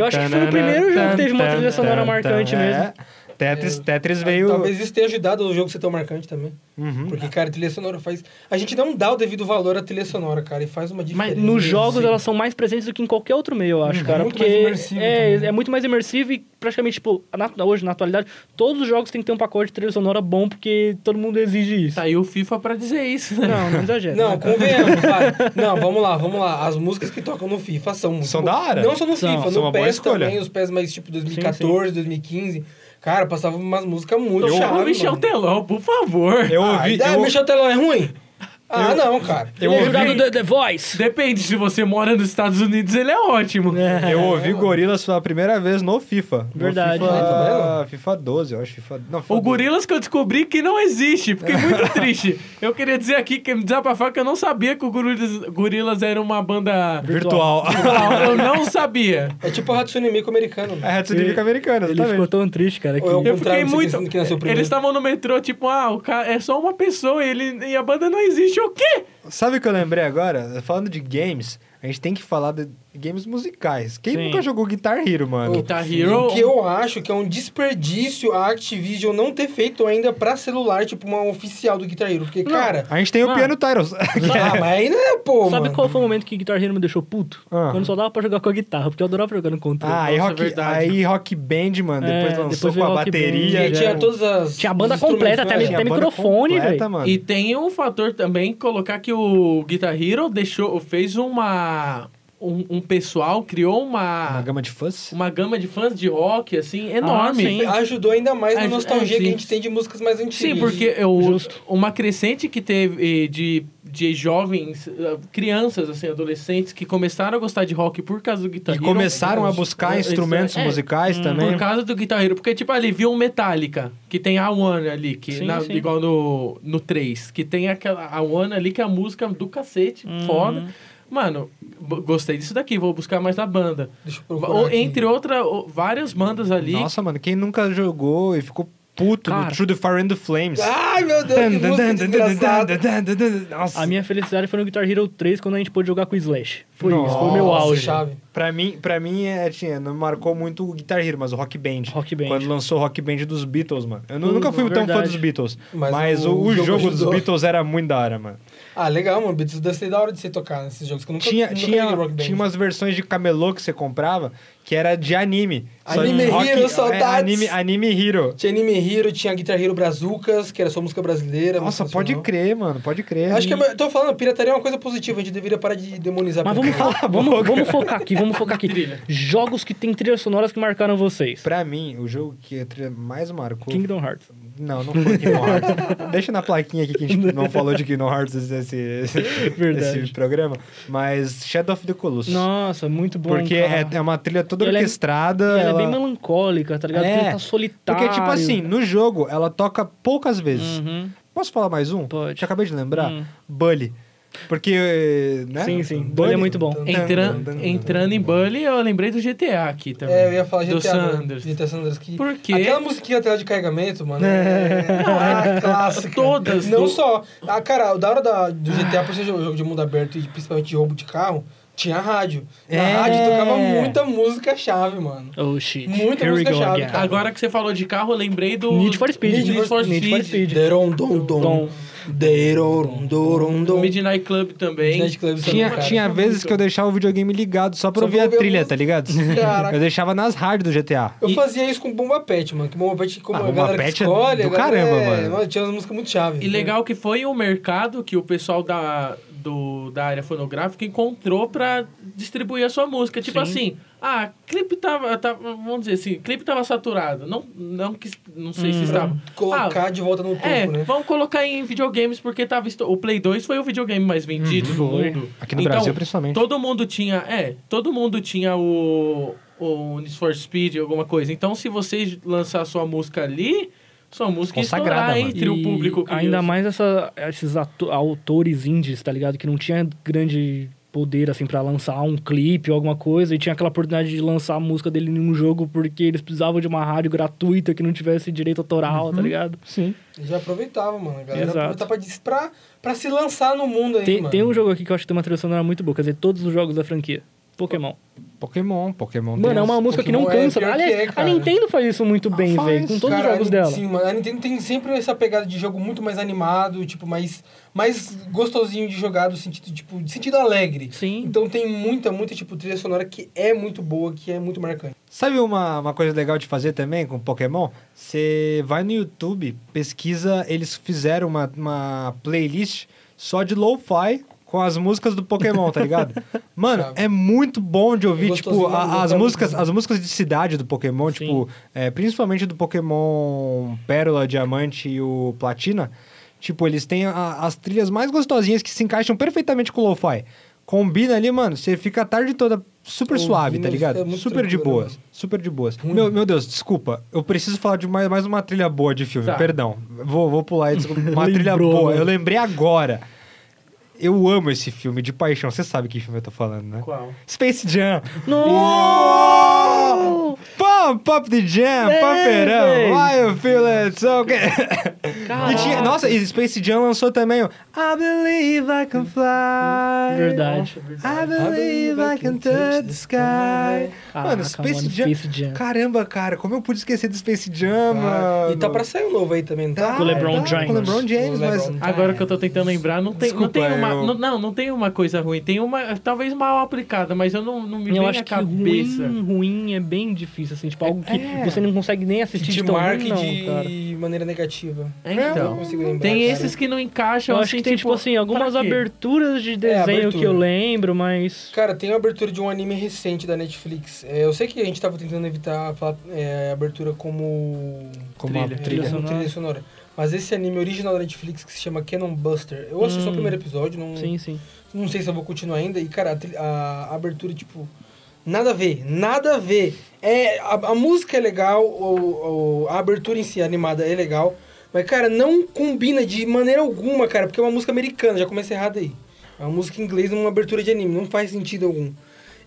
Speaker 3: Eu acho que foi o primeiro jogo que teve uma trilha sonora marcante mesmo.
Speaker 2: é. Tetris, Tetris veio.
Speaker 4: É, Talvez isso tenha ajudado o jogo ser tão marcante também.
Speaker 2: Uhum.
Speaker 4: Porque, cara, a trilha sonora faz. A gente não dá o devido valor à trilha sonora, cara, e faz uma diferença.
Speaker 3: Mas nos jogos
Speaker 4: Sim.
Speaker 3: elas são mais presentes do que em qualquer outro meio, eu acho,
Speaker 2: Uhum.
Speaker 3: cara.
Speaker 4: muito
Speaker 3: porque
Speaker 4: mais imersivo
Speaker 3: é,
Speaker 4: também.
Speaker 3: é muito mais imersivo e praticamente, tipo, na- hoje, na atualidade, todos os jogos têm que ter um pacote de trilha sonora bom, porque todo mundo exige isso.
Speaker 1: Saiu o FIFA pra dizer isso, né?
Speaker 3: Não, não exagera.
Speaker 4: Não, convenhamos, vai. Não, vamos lá, vamos lá. As músicas que tocam no FIFA são muito
Speaker 2: São
Speaker 4: boas.
Speaker 2: da hora.
Speaker 4: Não só no
Speaker 3: São,
Speaker 4: FIFA,
Speaker 2: são uma
Speaker 4: no
Speaker 2: boa
Speaker 4: PES
Speaker 2: escolha.
Speaker 4: também, os PES mais tipo 2014, 2015. Cara, passava umas músicas muito
Speaker 1: Não chama o
Speaker 4: chaves,
Speaker 1: Michel
Speaker 4: mano.
Speaker 1: Teló, por favor.
Speaker 2: Eu
Speaker 4: Ah,
Speaker 2: ouvi.
Speaker 4: e daí,
Speaker 2: eu-
Speaker 4: Michel Teló é ruim? Ah, não, cara.
Speaker 2: Eu
Speaker 3: Ele é
Speaker 2: ouvi-
Speaker 3: jogado The, The Voice.
Speaker 1: Depende, se você mora nos Estados Unidos, ele é ótimo.
Speaker 2: (laughs) Eu ouvi Gorilas pela primeira vez no FIFA. No
Speaker 3: Verdade.
Speaker 2: FIFA,
Speaker 3: Ah,
Speaker 4: tá
Speaker 2: FIFA 12, eu acho. FIFA, não, FIFA
Speaker 1: O
Speaker 2: 12.
Speaker 1: Gorilas que eu descobri que não existe. Fiquei muito triste. Eu queria dizer aqui, que desabafar, que eu não sabia que o Gorilas, Gorilas era uma banda...
Speaker 2: virtual.
Speaker 1: Não, eu não sabia.
Speaker 4: É tipo o Hatsune Miku americano.
Speaker 2: (laughs) É a Hatsune Miku americana,
Speaker 3: Ele ficou
Speaker 2: exatamente.
Speaker 3: tão triste, cara, que...
Speaker 4: Ou é o
Speaker 1: Eu fiquei
Speaker 4: contrário de
Speaker 1: muito.
Speaker 4: que nasceu primeiro.
Speaker 1: Eles estavam no metrô, tipo, ah, o cara é só uma pessoa e, ele, e a banda não existe. O quê?
Speaker 2: Sabe o que eu lembrei agora? Falando de games, a gente tem que falar de games musicais. Quem
Speaker 3: Sim.
Speaker 2: nunca jogou Guitar Hero, mano?
Speaker 1: Guitar
Speaker 4: O
Speaker 1: Hero.
Speaker 4: que eu acho que é um desperdício a Activision não ter feito ainda pra celular, tipo, uma oficial do Guitar Hero. Porque, cara...
Speaker 2: A gente tem o
Speaker 3: Mano. (laughs)
Speaker 2: Piano Titles.
Speaker 4: Ah, mas ainda é, pô,
Speaker 3: Sabe
Speaker 4: mano.
Speaker 3: qual foi o momento que Guitar Hero me deixou puto?
Speaker 2: Ah.
Speaker 3: Quando só dava pra jogar com a guitarra, porque eu adorava jogar no controle.
Speaker 2: Ah, aí
Speaker 1: Nossa,
Speaker 2: rock,
Speaker 1: verdade.
Speaker 2: aí rock Band, mano,
Speaker 3: É,
Speaker 2: depois lançou
Speaker 3: depois
Speaker 2: com
Speaker 3: veio
Speaker 2: a
Speaker 3: Rock
Speaker 2: bateria.
Speaker 3: Band,
Speaker 4: Tinha,
Speaker 2: já
Speaker 4: tinha
Speaker 2: era- um-
Speaker 4: todas as...
Speaker 3: é, né? Tinha a banda
Speaker 4: os instrumentos,
Speaker 3: completa, até,
Speaker 4: né?
Speaker 2: Tinha
Speaker 3: até
Speaker 2: banda
Speaker 3: microfone,
Speaker 2: completa,
Speaker 3: velho.
Speaker 2: mano.
Speaker 1: E tem um fator também, colocar que o Guitar Hero deixou, fez uma. Um, um pessoal criou
Speaker 2: Uma
Speaker 1: uma.
Speaker 2: gama de fãs.
Speaker 1: Uma gama de fãs de rock, assim, enorme.
Speaker 3: sim.
Speaker 4: Ajudou ainda mais na
Speaker 1: Aj-
Speaker 4: nostalgia que
Speaker 1: é,
Speaker 4: a
Speaker 1: sim.
Speaker 4: gente tem de músicas mais antigas.
Speaker 1: Sim, porque eu,
Speaker 3: Justo.
Speaker 1: uma crescente que teve eh, de, de jovens, eh, crianças, assim, adolescentes, que começaram a gostar de rock por causa do Guitar
Speaker 2: E
Speaker 1: Hero.
Speaker 2: começaram a buscar
Speaker 1: É,
Speaker 2: instrumentos
Speaker 1: é,
Speaker 2: musicais também.
Speaker 1: Por causa do Guitar Hero. Porque, tipo, ali viu um Metallica, que tem a One ali, que
Speaker 3: Sim,
Speaker 1: na-
Speaker 3: sim.
Speaker 1: igual no, no 3, que tem aquela a One ali, que é a música do cacete, foda. Mano, b- gostei disso daqui, vou buscar mais da banda.
Speaker 4: Deixa eu procurar
Speaker 1: Ou,
Speaker 4: aqui.
Speaker 1: entre outras, várias bandas ali.
Speaker 2: Nossa, mano, quem nunca jogou e ficou puto no
Speaker 1: Cara.
Speaker 2: True the Fire and the Flames?
Speaker 4: Ai, meu Deus, Ah, que música desgraçada.
Speaker 2: Nossa.
Speaker 3: A minha felicidade foi no Guitar Hero 3, quando a gente pôde jogar com o Slash. Foi isso, foi o meu
Speaker 4: Nossa,
Speaker 3: auge.
Speaker 4: chave.
Speaker 2: Pra mim, pra mim é, tinha, não marcou muito o Guitar Hero, mas o Rock Band.
Speaker 3: Rock Band.
Speaker 2: Quando lançou o Rock Band dos Beatles, mano. Eu nu-
Speaker 3: Tudo,
Speaker 2: nunca fui tão fã
Speaker 3: verdade.
Speaker 2: dos Beatles. Mas,
Speaker 4: Mas
Speaker 2: o,
Speaker 4: o
Speaker 2: o
Speaker 4: jogo
Speaker 2: jogo dos
Speaker 4: ajudou.
Speaker 2: Beatles era muito da hora, mano.
Speaker 4: Ah, legal, mano. Beatles deve ser da hora de você tocar nesses jogos. Que eu nunca,
Speaker 2: tinha,
Speaker 4: nunca
Speaker 2: tinha,
Speaker 4: joguei Rock Band.
Speaker 2: tinha umas versões de camelô que você comprava que era de anime. Só
Speaker 4: Anime
Speaker 2: que
Speaker 4: Hero,
Speaker 2: é,
Speaker 4: saudades.
Speaker 2: anime, anime Hero.
Speaker 4: Tinha Anime Hero, tinha Guitar Hero Brazucas, que era só música brasileira.
Speaker 3: é
Speaker 2: Nossa,
Speaker 4: música
Speaker 2: pode
Speaker 4: nacional.
Speaker 2: crer, mano, pode crer.
Speaker 4: Acho que eu tô falando, pirataria é uma coisa positiva, a gente deveria parar de demonizar.
Speaker 3: Mas
Speaker 4: a
Speaker 3: vamos,
Speaker 4: pirataria.
Speaker 3: fo- vamos, vamos focar aqui, vamos focar aqui. Jogos que tem trilhas sonoras que marcaram vocês.
Speaker 2: Pra mim, o jogo que a trilha mais marcou.
Speaker 3: Kingdom Hearts.
Speaker 2: Não, não foi Kingdom Hearts. (laughs) Deixa na plaquinha aqui que a gente não falou de Kingdom Hearts esse, esse,
Speaker 3: Verdade.
Speaker 2: esse programa. Mas Shadow of the Colossus.
Speaker 3: Nossa, muito bom,
Speaker 2: Porque é,
Speaker 3: cara.
Speaker 2: é uma trilha toda
Speaker 3: E ela é-
Speaker 2: orquestrada.
Speaker 3: E ela é
Speaker 2: ela-
Speaker 3: bem melancólica, tá ligado?
Speaker 2: É,
Speaker 3: Porque ele tá solitário.
Speaker 2: Porque, tipo assim, no jogo ela toca poucas vezes.
Speaker 3: Uhum.
Speaker 2: Posso falar mais um?
Speaker 3: Pode.
Speaker 2: Que eu acabei de lembrar.
Speaker 3: Hum.
Speaker 2: Bully. Porque, eh, né? Então,
Speaker 3: Sim, sim. Bully é muito bom.
Speaker 1: Entran- entrando em Bully, eu lembrei do GTA aqui também.
Speaker 4: É, eu ia falar GTA.
Speaker 1: Do
Speaker 4: mano.
Speaker 1: Sanders.
Speaker 4: GTA Sanders que...
Speaker 1: Por quê?
Speaker 4: Aquela musiquinha atrás de carregamento, mano. É, a clássica.
Speaker 1: Todas
Speaker 4: Não
Speaker 1: do-
Speaker 4: só. Ah, cara, o da hora da, do GTA, por ser jogo jogo de mundo aberto e principalmente de roubo de carro, tinha rádio. Na
Speaker 2: É.
Speaker 4: rádio tocava muita música chave, mano.
Speaker 3: Oh, shit.
Speaker 4: Muita
Speaker 3: Here we
Speaker 4: música
Speaker 3: go
Speaker 4: chave,
Speaker 3: again.
Speaker 4: cara.
Speaker 1: Agora que você falou de carro, eu lembrei do.
Speaker 3: Need for Speed.
Speaker 1: Need for Speed.
Speaker 3: Need for Speed.
Speaker 4: Deron, dom, dom.
Speaker 3: Dom.
Speaker 4: Deron, doron, dom.
Speaker 1: Midnight Club também.
Speaker 4: Midnight Club também,
Speaker 2: Tinha,
Speaker 4: cara. é
Speaker 2: tinha vezes que eu deixava o videogame ligado só pra ouvir a
Speaker 4: pra ouvir a
Speaker 2: trilha,
Speaker 4: música.
Speaker 2: tá ligado?
Speaker 4: Caraca.
Speaker 2: Eu deixava nas rádios do GTA.
Speaker 4: Eu
Speaker 1: E-
Speaker 4: fazia isso com Bomba Pet, mano. Que Bomba Pet, como
Speaker 2: Ah,
Speaker 4: a
Speaker 2: Bomba
Speaker 4: galera que
Speaker 2: Pet é
Speaker 4: escolhe...
Speaker 2: do
Speaker 4: a galera-
Speaker 2: caramba,
Speaker 4: é,
Speaker 2: mano.
Speaker 4: Tinha umas músicas muito chave. né?
Speaker 1: E legal que foi um mercado que o pessoal da, do, da área fonográfica encontrou pra distribuir a sua música. Tipo assim, ah, clipe tava, tava- Vamos dizer assim, clipe tava saturado. Não, não, que, não sei
Speaker 3: Hum.
Speaker 1: se estava.
Speaker 4: Colocar
Speaker 1: Ah,
Speaker 4: de volta no
Speaker 3: um
Speaker 4: topo,
Speaker 1: é,
Speaker 4: né?
Speaker 1: vamos colocar em videogames, porque tava. esto- O Play 2 foi o videogame mais vendido do
Speaker 3: Uhum. Foi.
Speaker 1: mundo.
Speaker 2: Aqui no
Speaker 1: Então,
Speaker 2: Brasil, principalmente.
Speaker 1: Todo mundo tinha. É, todo mundo tinha o. ou um Need for Speed, alguma coisa. Então, se você lançar sua música ali, sua música
Speaker 2: Consagrada,
Speaker 1: estará
Speaker 2: mano.
Speaker 1: entre o
Speaker 3: E
Speaker 1: público. que
Speaker 3: Ainda
Speaker 1: usa.
Speaker 3: mais essa- esses ato- autores indies, tá ligado? Que não tinha grande poder, assim, pra lançar um clipe ou alguma coisa. E tinha aquela oportunidade de lançar a música dele em um jogo porque eles precisavam de uma rádio gratuita que não tivesse direito autoral,
Speaker 1: Uhum.
Speaker 3: tá ligado?
Speaker 2: Sim.
Speaker 4: Já aproveitava, mano. A galera
Speaker 3: Exato.
Speaker 4: aproveitava pra, dis- pra, pra se lançar no mundo aí,
Speaker 3: Tem,
Speaker 4: mano.
Speaker 3: tem um jogo aqui que eu acho que tem uma trilha sonora muito boa, quer dizer, todos os jogos da franquia. Pokémon.
Speaker 2: Pokémon, Pokémon.
Speaker 3: Mano, é uma música que não
Speaker 4: Pokémon é
Speaker 3: cansa.
Speaker 4: pior que
Speaker 3: Aliás,
Speaker 4: é,
Speaker 3: a
Speaker 4: cara.
Speaker 3: Nintendo faz isso muito bem,
Speaker 1: Ah,
Speaker 2: faz.
Speaker 3: velho. Com todos os
Speaker 4: Cara,
Speaker 3: jogos
Speaker 4: a-
Speaker 3: dela.
Speaker 4: Sim, mano. A Nintendo tem sempre essa pegada de jogo muito mais animado, tipo, mais, mais gostosinho de jogar, do sentido, tipo, de sentido alegre.
Speaker 3: Sim.
Speaker 4: Então tem muita, muita, tipo, trilha sonora que é muito boa, que é muito marcante.
Speaker 2: Sabe uma, uma coisa legal de fazer também com Pokémon? Você vai no YouTube, pesquisa, eles fizeram uma, uma playlist só de lo-fi com as músicas do Pokémon, tá
Speaker 4: (laughs)
Speaker 2: ligado? Mano,
Speaker 4: Sabe.
Speaker 2: é muito bom de ouvir, tipo,
Speaker 4: Gostosinho,
Speaker 2: a-
Speaker 4: mano, lo-fi
Speaker 2: as,
Speaker 4: é muito
Speaker 2: músicas,
Speaker 4: bom.
Speaker 2: as músicas de cidade do Pokémon,
Speaker 3: Sim.
Speaker 2: tipo, é, principalmente do Pokémon Pérola, Diamante e o Platina. Tipo, eles têm a- as trilhas mais gostosinhas que se encaixam perfeitamente com o lo-fi. Combina ali, mano, você fica a tarde toda super
Speaker 4: Ouvindo,
Speaker 2: suave, tá ligado?
Speaker 4: é muito
Speaker 2: super de
Speaker 4: tranquilo,
Speaker 2: boas.
Speaker 4: mano.
Speaker 2: Super de boas. Meu, meu Deus, desculpa. Eu preciso falar de mais, mais uma trilha boa de filme.
Speaker 1: Tá.
Speaker 2: Perdão. Vou, vou pular aí. desculpa. Uma trilha
Speaker 3: Lembrou,
Speaker 2: boa.
Speaker 3: mano.
Speaker 2: Eu lembrei agora. Eu amo esse filme de paixão. Você sabe que filme eu tô falando, né?
Speaker 1: Qual?
Speaker 2: Space Jam. No! Pump pop the jam,
Speaker 3: É,
Speaker 2: pamperão.
Speaker 3: véi.
Speaker 2: Why you feel it so good? E
Speaker 3: Caraca.
Speaker 2: tinha- nossa, e Space Jam lançou também o I believe I can fly.
Speaker 3: Verdade.
Speaker 2: I believe I can touch the sky. Mano,
Speaker 3: Caraca,
Speaker 2: Space
Speaker 3: mano,
Speaker 2: Jam.
Speaker 3: Space Jam.
Speaker 2: Caramba, cara, como eu pude esquecer do Space Jam, mano.
Speaker 4: E tá pra sair um novo aí também, não tá?
Speaker 2: Tá,
Speaker 3: Com o LeBron
Speaker 2: tá, Com o
Speaker 3: James.
Speaker 2: LeBron James,
Speaker 4: Com o
Speaker 2: mas.
Speaker 4: LeBron.
Speaker 1: Agora que eu tô tentando lembrar, não tem,
Speaker 2: Desculpa,
Speaker 1: não tem
Speaker 2: eu-
Speaker 1: uma. Não, não, não tem uma coisa ruim. Tem uma. Talvez mal aplicada, mas eu não, não me
Speaker 3: Eu
Speaker 1: vem
Speaker 3: acho
Speaker 1: à
Speaker 3: que
Speaker 1: cabeça.
Speaker 3: ruim, ruim é bem difícil, assim, tipo, algo que
Speaker 2: É.
Speaker 3: você não consegue nem
Speaker 4: Que
Speaker 3: assistir
Speaker 4: te
Speaker 3: de tão ruim,
Speaker 4: marque
Speaker 3: não,
Speaker 4: de
Speaker 3: cara.
Speaker 4: maneira negativa.
Speaker 1: É,
Speaker 4: Eu
Speaker 1: Então.
Speaker 4: não consigo lembrar,
Speaker 1: Tem
Speaker 4: cara.
Speaker 1: esses que não encaixam.
Speaker 3: Eu acho que tem, tipo assim, algumas
Speaker 1: pra quê?
Speaker 3: aberturas de desenho
Speaker 4: abertura.
Speaker 3: que eu lembro, mas.
Speaker 4: Cara, tem a abertura de um anime recente da Netflix. É, eu sei que a gente tava tentando evitar falar é, abertura como. É,
Speaker 2: Como
Speaker 1: Trilha.
Speaker 2: uma
Speaker 4: trilha,
Speaker 2: trilha.
Speaker 4: como trilha sonora. Mas esse anime original da Netflix que se chama Cannon Buster. Eu assisti só o
Speaker 3: Hum.
Speaker 4: primeiro episódio, não,
Speaker 3: Sim, sim.
Speaker 4: não sei se eu vou continuar ainda. E, cara, a trilha- a, abertura, tipo. Nada a ver, nada a ver. É, a, a música é legal, o, o- a abertura em si animada é legal. Mas, cara, não combina de maneira alguma, cara, porque é uma música americana, já começa errado aí. É uma música em inglês numa abertura de anime, não faz sentido algum.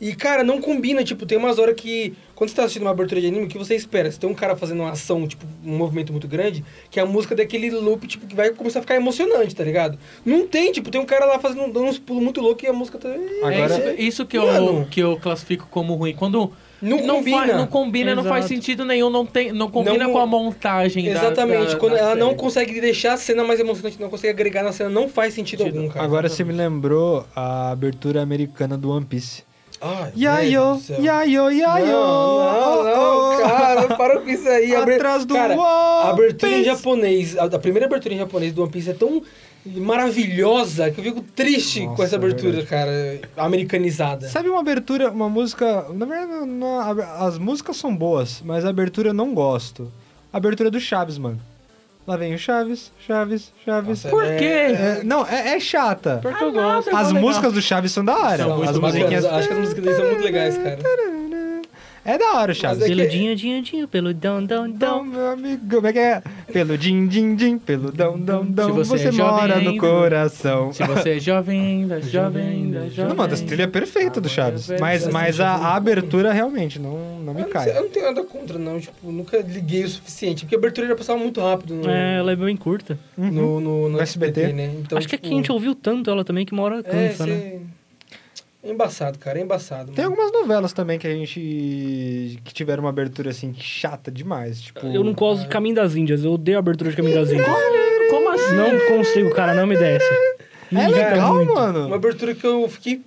Speaker 4: E, cara, não combina, tipo, tem umas horas que. Quando você tá assistindo uma abertura de anime, o que você espera? Você tem um cara fazendo uma ação, tipo, um movimento muito grande, que a música daquele loop, tipo, que vai começar a ficar emocionante, tá ligado? Não tem, tipo, tem um cara lá fazendo dando uns pulos muito loucos e a música tá.
Speaker 2: Agora-
Speaker 1: É isso, isso que, eu,
Speaker 4: Mano.
Speaker 1: que eu classifico como ruim. Quando
Speaker 4: Não combina.
Speaker 1: faz, não combina, não faz
Speaker 3: Exato.
Speaker 1: sentido nenhum, não, tem, não combina
Speaker 4: Não-
Speaker 1: com a montagem da-
Speaker 4: Exatamente,
Speaker 1: da-
Speaker 4: quando
Speaker 1: da
Speaker 4: ela não
Speaker 1: série.
Speaker 4: consegue deixar a cena mais emocionante, não consegue agregar na cena, não faz sentido algum, um cara.
Speaker 2: Agora você me lembrou a abertura americana do One Piece.
Speaker 4: Ai, meu
Speaker 2: Yayo,
Speaker 4: Deus do céu.
Speaker 2: yayo,
Speaker 4: Não,
Speaker 2: yayo.
Speaker 4: não,
Speaker 2: Oh,
Speaker 4: não,
Speaker 2: oh.
Speaker 4: cara, para com isso aí. Abre-
Speaker 2: Atrás do
Speaker 4: cara,
Speaker 2: One
Speaker 4: a abertura em
Speaker 2: Piece.
Speaker 4: japonês, a, a primeira abertura em japonês do One Piece é tão maravilhosa que eu fico triste
Speaker 2: Nossa,
Speaker 4: com essa
Speaker 2: é
Speaker 4: abertura, cara, americanizada.
Speaker 2: Sabe uma abertura, uma música. Na verdade, não- a- as músicas são boas, mas a abertura eu não gosto. A abertura do Chaves, mano. Lá vem o Chaves, Chaves, Chaves.
Speaker 4: Nossa,
Speaker 1: Por
Speaker 4: é-
Speaker 1: quê?
Speaker 2: É, não, é, é chata.
Speaker 3: Porque eu gosto.
Speaker 2: As músicas do Chaves são da hora.
Speaker 1: São
Speaker 2: as
Speaker 1: muito boas.
Speaker 2: musiquinhas.
Speaker 4: Acho que as músicas deles são muito legais, cara.
Speaker 2: É da hora o Chaves.
Speaker 4: Mas é que-
Speaker 3: Peludinho, dinho, dinho, peludão, dão,
Speaker 2: Então,
Speaker 3: dão.
Speaker 2: meu amigo, como é que é? Pelo din, din, din, pelo dão, dão, dão.
Speaker 1: Se você
Speaker 2: Você,
Speaker 1: é jovem
Speaker 2: mora no
Speaker 1: ainda.
Speaker 2: coração.
Speaker 1: Se você é jovem ainda, jovem ainda,
Speaker 4: é
Speaker 1: jovem.
Speaker 2: Não, mano, as trilhas
Speaker 4: Ah,
Speaker 2: perfeitas do Chaves. Mas, mas a, a abertura realmente não, não me
Speaker 4: Eu não, sei, eu
Speaker 2: cai.
Speaker 4: não tenho nada contra, não. Tipo, nunca liguei o suficiente. Porque a abertura já passava muito rápido no,
Speaker 3: É, ela é bem curta.
Speaker 4: no, no, no
Speaker 2: uhum. No
Speaker 4: SBT,
Speaker 2: SBT,
Speaker 4: né? Então,
Speaker 3: acho
Speaker 4: tipo,
Speaker 3: que aqui a gente ouviu tanto ela também que uma hora
Speaker 4: é,
Speaker 3: cansa, né?
Speaker 4: cê- é embaçado, cara. É embaçado.
Speaker 2: Tem
Speaker 4: mano.
Speaker 2: algumas novelas também que a gente. que tiveram uma abertura assim chata demais. Tipo.
Speaker 3: Eu não gosto de Caminho das Índias, eu odeio a abertura de Caminho das Índias. Como assim? Não consigo, cara, não me desce.
Speaker 2: É legal, mano.
Speaker 4: Uma abertura que eu fiquei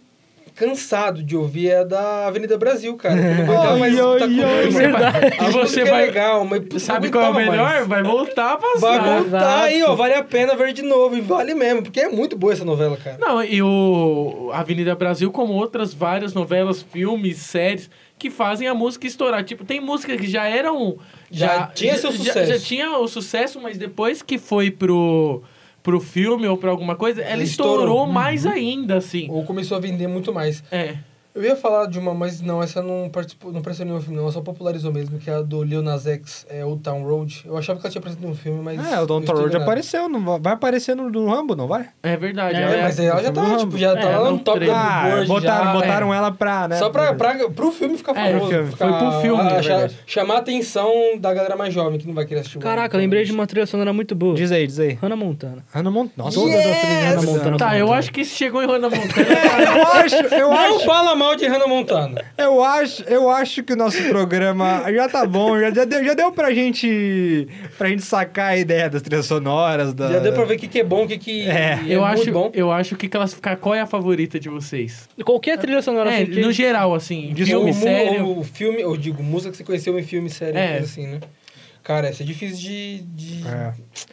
Speaker 4: cansado de ouvir é a da Avenida Brasil, cara. Eu
Speaker 2: (laughs)
Speaker 4: não aguentava mais
Speaker 2: Ai, ai,
Speaker 4: escutar com
Speaker 2: ai,
Speaker 4: mano.
Speaker 1: verdade.
Speaker 4: A
Speaker 1: E você
Speaker 4: música é
Speaker 1: vai-
Speaker 4: legal, mas putz,
Speaker 1: Sabe
Speaker 4: não
Speaker 1: qual é o
Speaker 4: aguentava
Speaker 1: melhor?
Speaker 4: mais.
Speaker 1: Vai voltar a
Speaker 4: Vai
Speaker 1: passar.
Speaker 4: voltar aí,
Speaker 3: Exato.
Speaker 4: ó. Vale a pena ver de novo. E vale mesmo, porque é muito boa essa novela, cara.
Speaker 1: Não, e o Avenida Brasil, como outras várias novelas, filmes, séries, que fazem a música estourar. Tipo, tem música que já eram.
Speaker 4: Já tinha seu sucesso.
Speaker 1: Já, tinha o sucesso, mas depois que foi pro, pro filme ou pra alguma coisa, ela
Speaker 4: Ela
Speaker 1: estourou,
Speaker 4: estourou.
Speaker 1: mais ainda, assim.
Speaker 4: Ou começou a vender muito mais.
Speaker 1: É.
Speaker 4: Eu ia falar de uma, mas não, essa não participou, não apareceu em nenhum filme, não. Ela só popularizou mesmo, que é a do Lil Nas X, é Old Town Road. Eu achava que ela tinha aparecido num filme, mas.
Speaker 2: É, o Don
Speaker 4: eu estou
Speaker 2: Road
Speaker 4: enganado.
Speaker 2: apareceu. Não vai, vai aparecer no, no Rambo, não vai?
Speaker 1: É verdade.
Speaker 3: É,
Speaker 1: ela
Speaker 4: É, mas aí ela já tá, tipo, já tá
Speaker 1: É,
Speaker 4: lá
Speaker 1: não
Speaker 4: no top
Speaker 1: treme.
Speaker 4: da
Speaker 2: Ah,
Speaker 4: Billboard.
Speaker 2: botaram,
Speaker 4: já, é.
Speaker 2: botaram ela pra, né?
Speaker 4: Só pra, pra, pro filme ficar
Speaker 1: É,
Speaker 4: famoso.
Speaker 2: pro filme.
Speaker 4: ficar-
Speaker 1: Foi pro filme,
Speaker 4: ah,
Speaker 1: é
Speaker 4: cha-
Speaker 1: verdade.
Speaker 4: chamar a atenção da galera mais jovem que não vai querer assistir. o
Speaker 3: Caraca,
Speaker 4: filme.
Speaker 3: lembrei de uma trilha sonora muito boa.
Speaker 2: Diz aí, diz aí.
Speaker 3: Hannah Montana.
Speaker 2: Hannah Montana. Nossa,
Speaker 4: Yes!
Speaker 2: todas as trilhas de Hannah
Speaker 3: Hannah
Speaker 2: Montana.
Speaker 3: Montana.
Speaker 1: Tá, eu acho que chegou em Hannah Montana.
Speaker 2: É, Eu acho, eu
Speaker 4: Não
Speaker 2: acho,
Speaker 4: fala mal de Hannah Montana.
Speaker 2: eu acho, eu acho que o nosso programa já tá bom, já, já, deu, já deu pra gente pra gente sacar a ideia das trilhas sonoras, da
Speaker 4: Já deu pra ver o que, que é bom, o que, que
Speaker 2: (laughs) É.
Speaker 4: muito
Speaker 1: eu, acho,
Speaker 4: bom.
Speaker 1: eu acho que classificar qual é a favorita de vocês.
Speaker 3: Qualquer trilha sonora
Speaker 1: É,
Speaker 3: assim que...
Speaker 1: no geral, assim,
Speaker 2: De
Speaker 1: filme,
Speaker 4: Ou mu-
Speaker 1: sério.
Speaker 4: ou filme, eu digo, música que você conheceu em filme, série,
Speaker 1: É.
Speaker 4: coisa assim, né? Cara, essa é difícil de... de...
Speaker 2: É.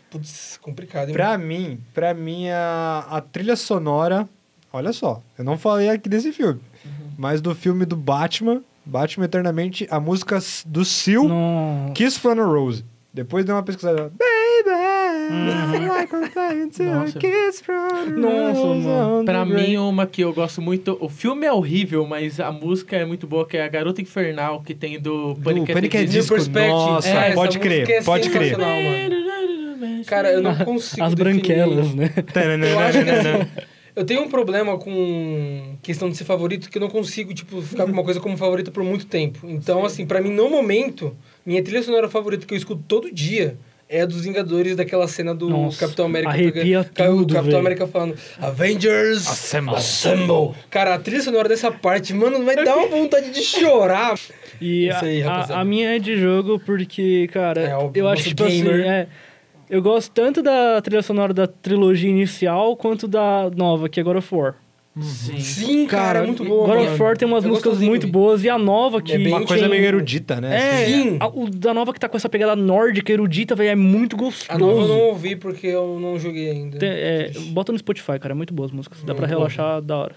Speaker 4: Putz, complicado. hein?
Speaker 2: Pra mim, pra mim a, a trilha sonora, olha só, eu não falei aqui desse filme,
Speaker 4: Uhum.
Speaker 2: mas do filme do Batman, Batman Eternamente, a música s- do Seal,
Speaker 3: Nossa.
Speaker 2: Kiss from a Rose. Depois deu uma pesquisada. Baby, like I'm trying to
Speaker 1: Nossa.
Speaker 2: kiss from a rose
Speaker 3: Nossa, mano.
Speaker 2: on the
Speaker 1: Pra mim,
Speaker 2: rain.
Speaker 1: uma que eu gosto muito. O filme é horrível, mas a música é muito boa, que é a Garota Infernal, que tem do é
Speaker 2: do
Speaker 1: Panic! At the
Speaker 2: Panic! At
Speaker 1: Disco.
Speaker 4: Disco.
Speaker 2: Disco,
Speaker 4: Perspective.
Speaker 2: nossa,
Speaker 1: É, essa
Speaker 2: pode crer,
Speaker 4: música é
Speaker 2: pode crer.
Speaker 4: sensacional. Cara,
Speaker 1: (laughs)
Speaker 4: eu não consigo
Speaker 3: As
Speaker 4: definir.
Speaker 3: branquelas, né?
Speaker 4: Eu acho que assim, eu tenho um problema com questão de ser favorito que eu não consigo, tipo, ficar com uma coisa como favorita por muito tempo. Então, assim, pra mim, no momento, minha trilha sonora favorita que eu escuto todo dia é a dos Vingadores, daquela cena do
Speaker 3: Nossa,
Speaker 4: Capitão América.
Speaker 3: arrepia
Speaker 4: pega- caiu o
Speaker 3: tudo,
Speaker 4: Capitão
Speaker 3: velho.
Speaker 4: América falando Avengers
Speaker 2: Assemble.
Speaker 4: Assemble. Cara, a trilha sonora dessa parte, mano, vai dar uma vontade de chorar.
Speaker 3: E
Speaker 4: Isso aí,
Speaker 3: a,
Speaker 4: rapaziada.
Speaker 3: a- a minha é de jogo porque, cara,
Speaker 4: É, o
Speaker 3: eu acho
Speaker 4: nosso
Speaker 3: tipo assim,
Speaker 4: gamer.
Speaker 3: é, eu gosto tanto da trilha sonora da trilogia inicial quanto da nova, que é God of War.
Speaker 1: Sim.
Speaker 4: Sim, cara, é muito boa.
Speaker 3: God of
Speaker 4: mano.
Speaker 3: War tem umas
Speaker 4: Eu
Speaker 3: músicas
Speaker 4: gostosinho
Speaker 3: muito
Speaker 4: de ouvir.
Speaker 3: boas e a nova que
Speaker 4: É bem
Speaker 2: Uma coisa meio erudita, né?
Speaker 3: É,
Speaker 4: Sim.
Speaker 3: a- o da nova que tá com essa pegada nórdica erudita, velho, é muito
Speaker 4: A nova eu
Speaker 3: gostoso.
Speaker 4: não ouvi porque eu não joguei ainda.
Speaker 3: Tem- é, bota no Spotify, cara, é muito boas as músicas. Dá pra
Speaker 4: Muito
Speaker 3: relaxar da hora.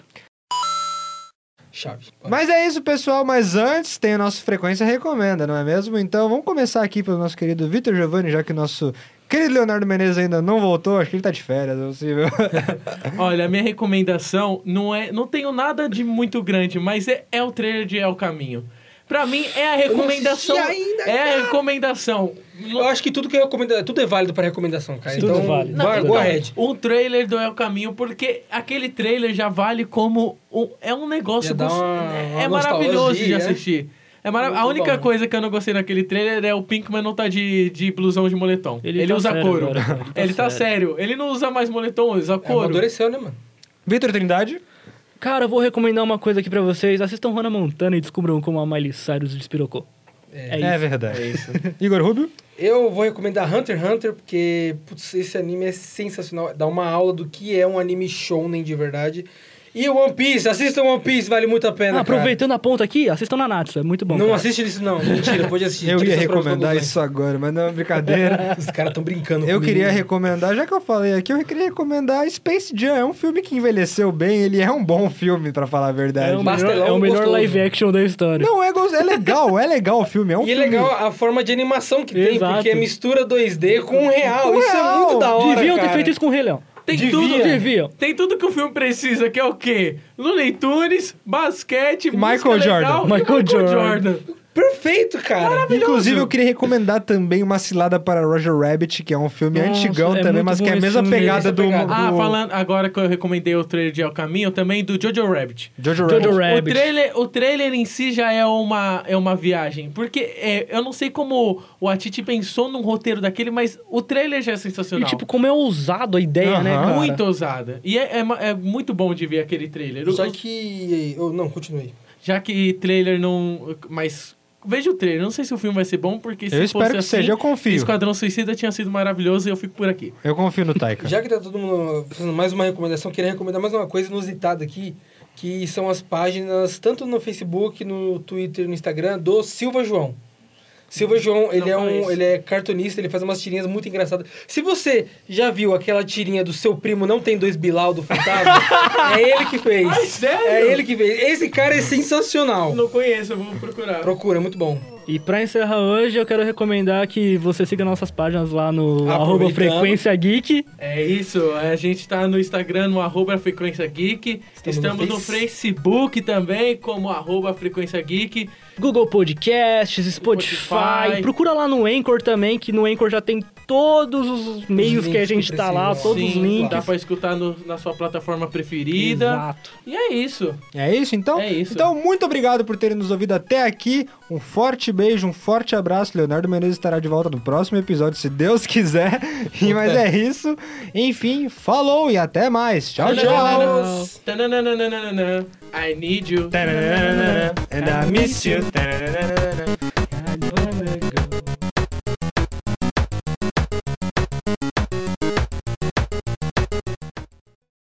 Speaker 4: Chave.
Speaker 2: Mas é isso, pessoal. Mas antes tem o nosso Frequência Recomenda, não é mesmo? Então vamos começar aqui pelo nosso querido Vitor Giovanni, já que o nosso querido Leonardo Menezes ainda não voltou. Acho que ele tá de férias, é possível.
Speaker 1: (laughs)
Speaker 2: (laughs)
Speaker 1: Olha, a minha recomendação não é. Não tenho nada de muito grande, mas é, é o trailer de É o Caminho. Pra mim, é a
Speaker 4: não
Speaker 1: recomendação.
Speaker 4: assisti ainda,
Speaker 1: é a recomendação.
Speaker 4: Eu acho que tudo que eu recomendo, tudo é válido para recomendação, cara.
Speaker 3: Sim,
Speaker 4: então,
Speaker 3: tudo é válido.
Speaker 4: Vai,
Speaker 1: Não,
Speaker 4: go
Speaker 1: então,
Speaker 4: ahead.
Speaker 1: Um trailer do É o Caminho, porque aquele trailer já vale como. um- é um negócio.
Speaker 4: Ia dar
Speaker 1: gost-
Speaker 4: uma-
Speaker 1: é-
Speaker 4: uma
Speaker 1: é maravilhoso de
Speaker 4: nostalgia, né?
Speaker 1: assistir. É mara-
Speaker 4: Muito
Speaker 1: A única
Speaker 4: bom.
Speaker 1: coisa que eu não gostei naquele trailer é o Pinkman não tá de, de blusão de moletom.
Speaker 3: Ele
Speaker 1: Ele,
Speaker 3: tá
Speaker 1: usa
Speaker 3: sério
Speaker 1: couro. (laughs)
Speaker 3: agora, cara, ele tá
Speaker 1: Ele tá sério. Ele não usa mais moletom, usa
Speaker 4: É,
Speaker 1: couro.
Speaker 4: amadureceu, né, mano?
Speaker 2: Vitor Trindade?
Speaker 3: Cara, eu vou recomendar uma coisa aqui pra vocês. Assistam Hannah Montana e descubram como a Miley Cyrus despirocou. É, isso.
Speaker 2: verdade. Igor Rubio?
Speaker 4: Eu vou recomendar Hunter x Hunter, porque putz, esse anime é sensacional. Dá uma aula do que é um anime shounen de verdade. E One Piece, assistam One Piece, vale muito a pena.
Speaker 3: Ah, aproveitando a ponta aqui, assistam na Natsu, é muito bom.
Speaker 4: Cara. Não
Speaker 3: cara.
Speaker 4: assiste isso, não. Mentira,
Speaker 3: (laughs)
Speaker 4: pode assistir.
Speaker 2: Eu
Speaker 4: Tira
Speaker 2: ia
Speaker 4: suas próprias
Speaker 2: recomendar
Speaker 4: conclusões.
Speaker 2: isso agora, mas não é
Speaker 4: (laughs)
Speaker 2: brincadeira.
Speaker 4: Os caras estão brincando
Speaker 2: Eu
Speaker 4: comigo.
Speaker 2: queria recomendar, já que eu falei aqui, eu queria recomendar Space Jam. É um filme que envelheceu bem, ele é um bom filme, pra falar a verdade.
Speaker 3: É o melhor,
Speaker 4: Pastelão
Speaker 3: é o melhor
Speaker 4: gostoso.
Speaker 3: live action da história.
Speaker 2: Não, é, gos- é legal, é legal o filme. É um
Speaker 4: E é
Speaker 2: filme.
Speaker 4: legal a forma de animação que tem,
Speaker 3: Exato.
Speaker 4: porque é mistura 2D com um real.
Speaker 2: Com
Speaker 4: isso é
Speaker 2: real.
Speaker 4: muito da hora,
Speaker 3: Deviam ter
Speaker 4: cara.
Speaker 3: feito isso com o Rei Leão.
Speaker 1: Tem
Speaker 4: Devia.
Speaker 1: tudo.
Speaker 3: Deviam.
Speaker 1: Tem tudo que o filme precisa, que é o quê? Looney Tunes, basquete,
Speaker 2: Michael
Speaker 1: música legal
Speaker 2: Jordan.
Speaker 1: e
Speaker 3: Michael Jordan.
Speaker 4: Perfeito, cara.
Speaker 2: Inclusive, eu queria recomendar também Uma Cilada para Roger Rabbit, que é um filme
Speaker 3: Nossa,
Speaker 2: antigão
Speaker 3: é
Speaker 2: também,
Speaker 3: muito
Speaker 2: mas que
Speaker 3: bom
Speaker 2: é a
Speaker 3: esse
Speaker 2: mesma
Speaker 3: filme.
Speaker 2: pegada
Speaker 4: Essa
Speaker 2: do,
Speaker 4: pegada.
Speaker 1: Ah,
Speaker 2: do-
Speaker 1: falando agora que eu recomendei o trailer de El Caminho, também do Jojo Rabbit.
Speaker 2: Jojo Rabbit.
Speaker 3: Jojo
Speaker 1: O-
Speaker 3: Rabbit.
Speaker 1: O trailer, o trailer em si já é uma, é uma viagem. Porque é, eu não sei como o Atiti pensou num roteiro daquele, mas o trailer já é
Speaker 3: E
Speaker 1: sensacional.
Speaker 3: tipo, como é ousado a ideia, né,
Speaker 2: Aham.
Speaker 3: cara?
Speaker 1: muito ousada. E é, é ma- é muito bom de ver aquele trailer. O-
Speaker 4: Só que... eu- não, continuei.
Speaker 1: Já que trailer não. Mas veja o trailer. Não sei se o filme vai ser bom, porque se
Speaker 2: Eu espero
Speaker 1: fosse
Speaker 2: que
Speaker 1: assim,
Speaker 2: seja, eu confio.
Speaker 1: Esquadrão Suicida tinha sido maravilhoso e eu fico por aqui.
Speaker 2: Eu confio no Taika.
Speaker 4: Já que tá todo mundo fazendo mais uma recomendação, queria recomendar mais uma coisa inusitada aqui, que são as páginas, tanto no Facebook, no Twitter, no Instagram, do Silva João. Silva João, ele é, um,
Speaker 1: conheço.
Speaker 4: ele é cartunista, ele faz umas tirinhas muito engraçadas. Se você já viu aquela tirinha do seu primo Não Tem Dois Bilal do
Speaker 1: (laughs)
Speaker 4: Fantasma, é ele que fez.
Speaker 1: Ai, sério?
Speaker 4: É ele que fez. Esse cara é sensacional.
Speaker 1: Não conheço, eu vou procurar.
Speaker 4: Procura, é muito bom.
Speaker 3: E pra encerrar hoje, eu quero recomendar que você siga nossas páginas lá no arroba
Speaker 4: Aproveitando.
Speaker 3: Frequência Geek.
Speaker 1: É isso, a gente tá no Instagram, no arroba Frequência Geek.
Speaker 4: Estamos
Speaker 1: Estamos,
Speaker 4: no
Speaker 1: no,
Speaker 4: Face.
Speaker 1: Facebook também, como arroba Frequência Geek.
Speaker 3: Google Podcasts, Spotify.
Speaker 1: Spotify.
Speaker 3: Procura lá no Anchor também, que no Anchor já tem todos os meios que a
Speaker 4: links que
Speaker 3: gente tá lá,
Speaker 4: precisa.
Speaker 3: todos os
Speaker 1: Sim,
Speaker 3: links.
Speaker 1: Dá pra escutar no- na sua plataforma preferida.
Speaker 3: Exato.
Speaker 1: E é isso.
Speaker 2: É isso, então?
Speaker 1: É isso.
Speaker 2: Então, muito obrigado por terem nos ouvido até aqui. Um forte beijo, um forte abraço. Leonardo Menezes estará de volta no próximo episódio, se Deus (laughs) quiser. E, mas é isso. Enfim, falou e até mais. Tchau, tchau.
Speaker 1: Tananana. Tananana. I need you.
Speaker 2: And I miss you.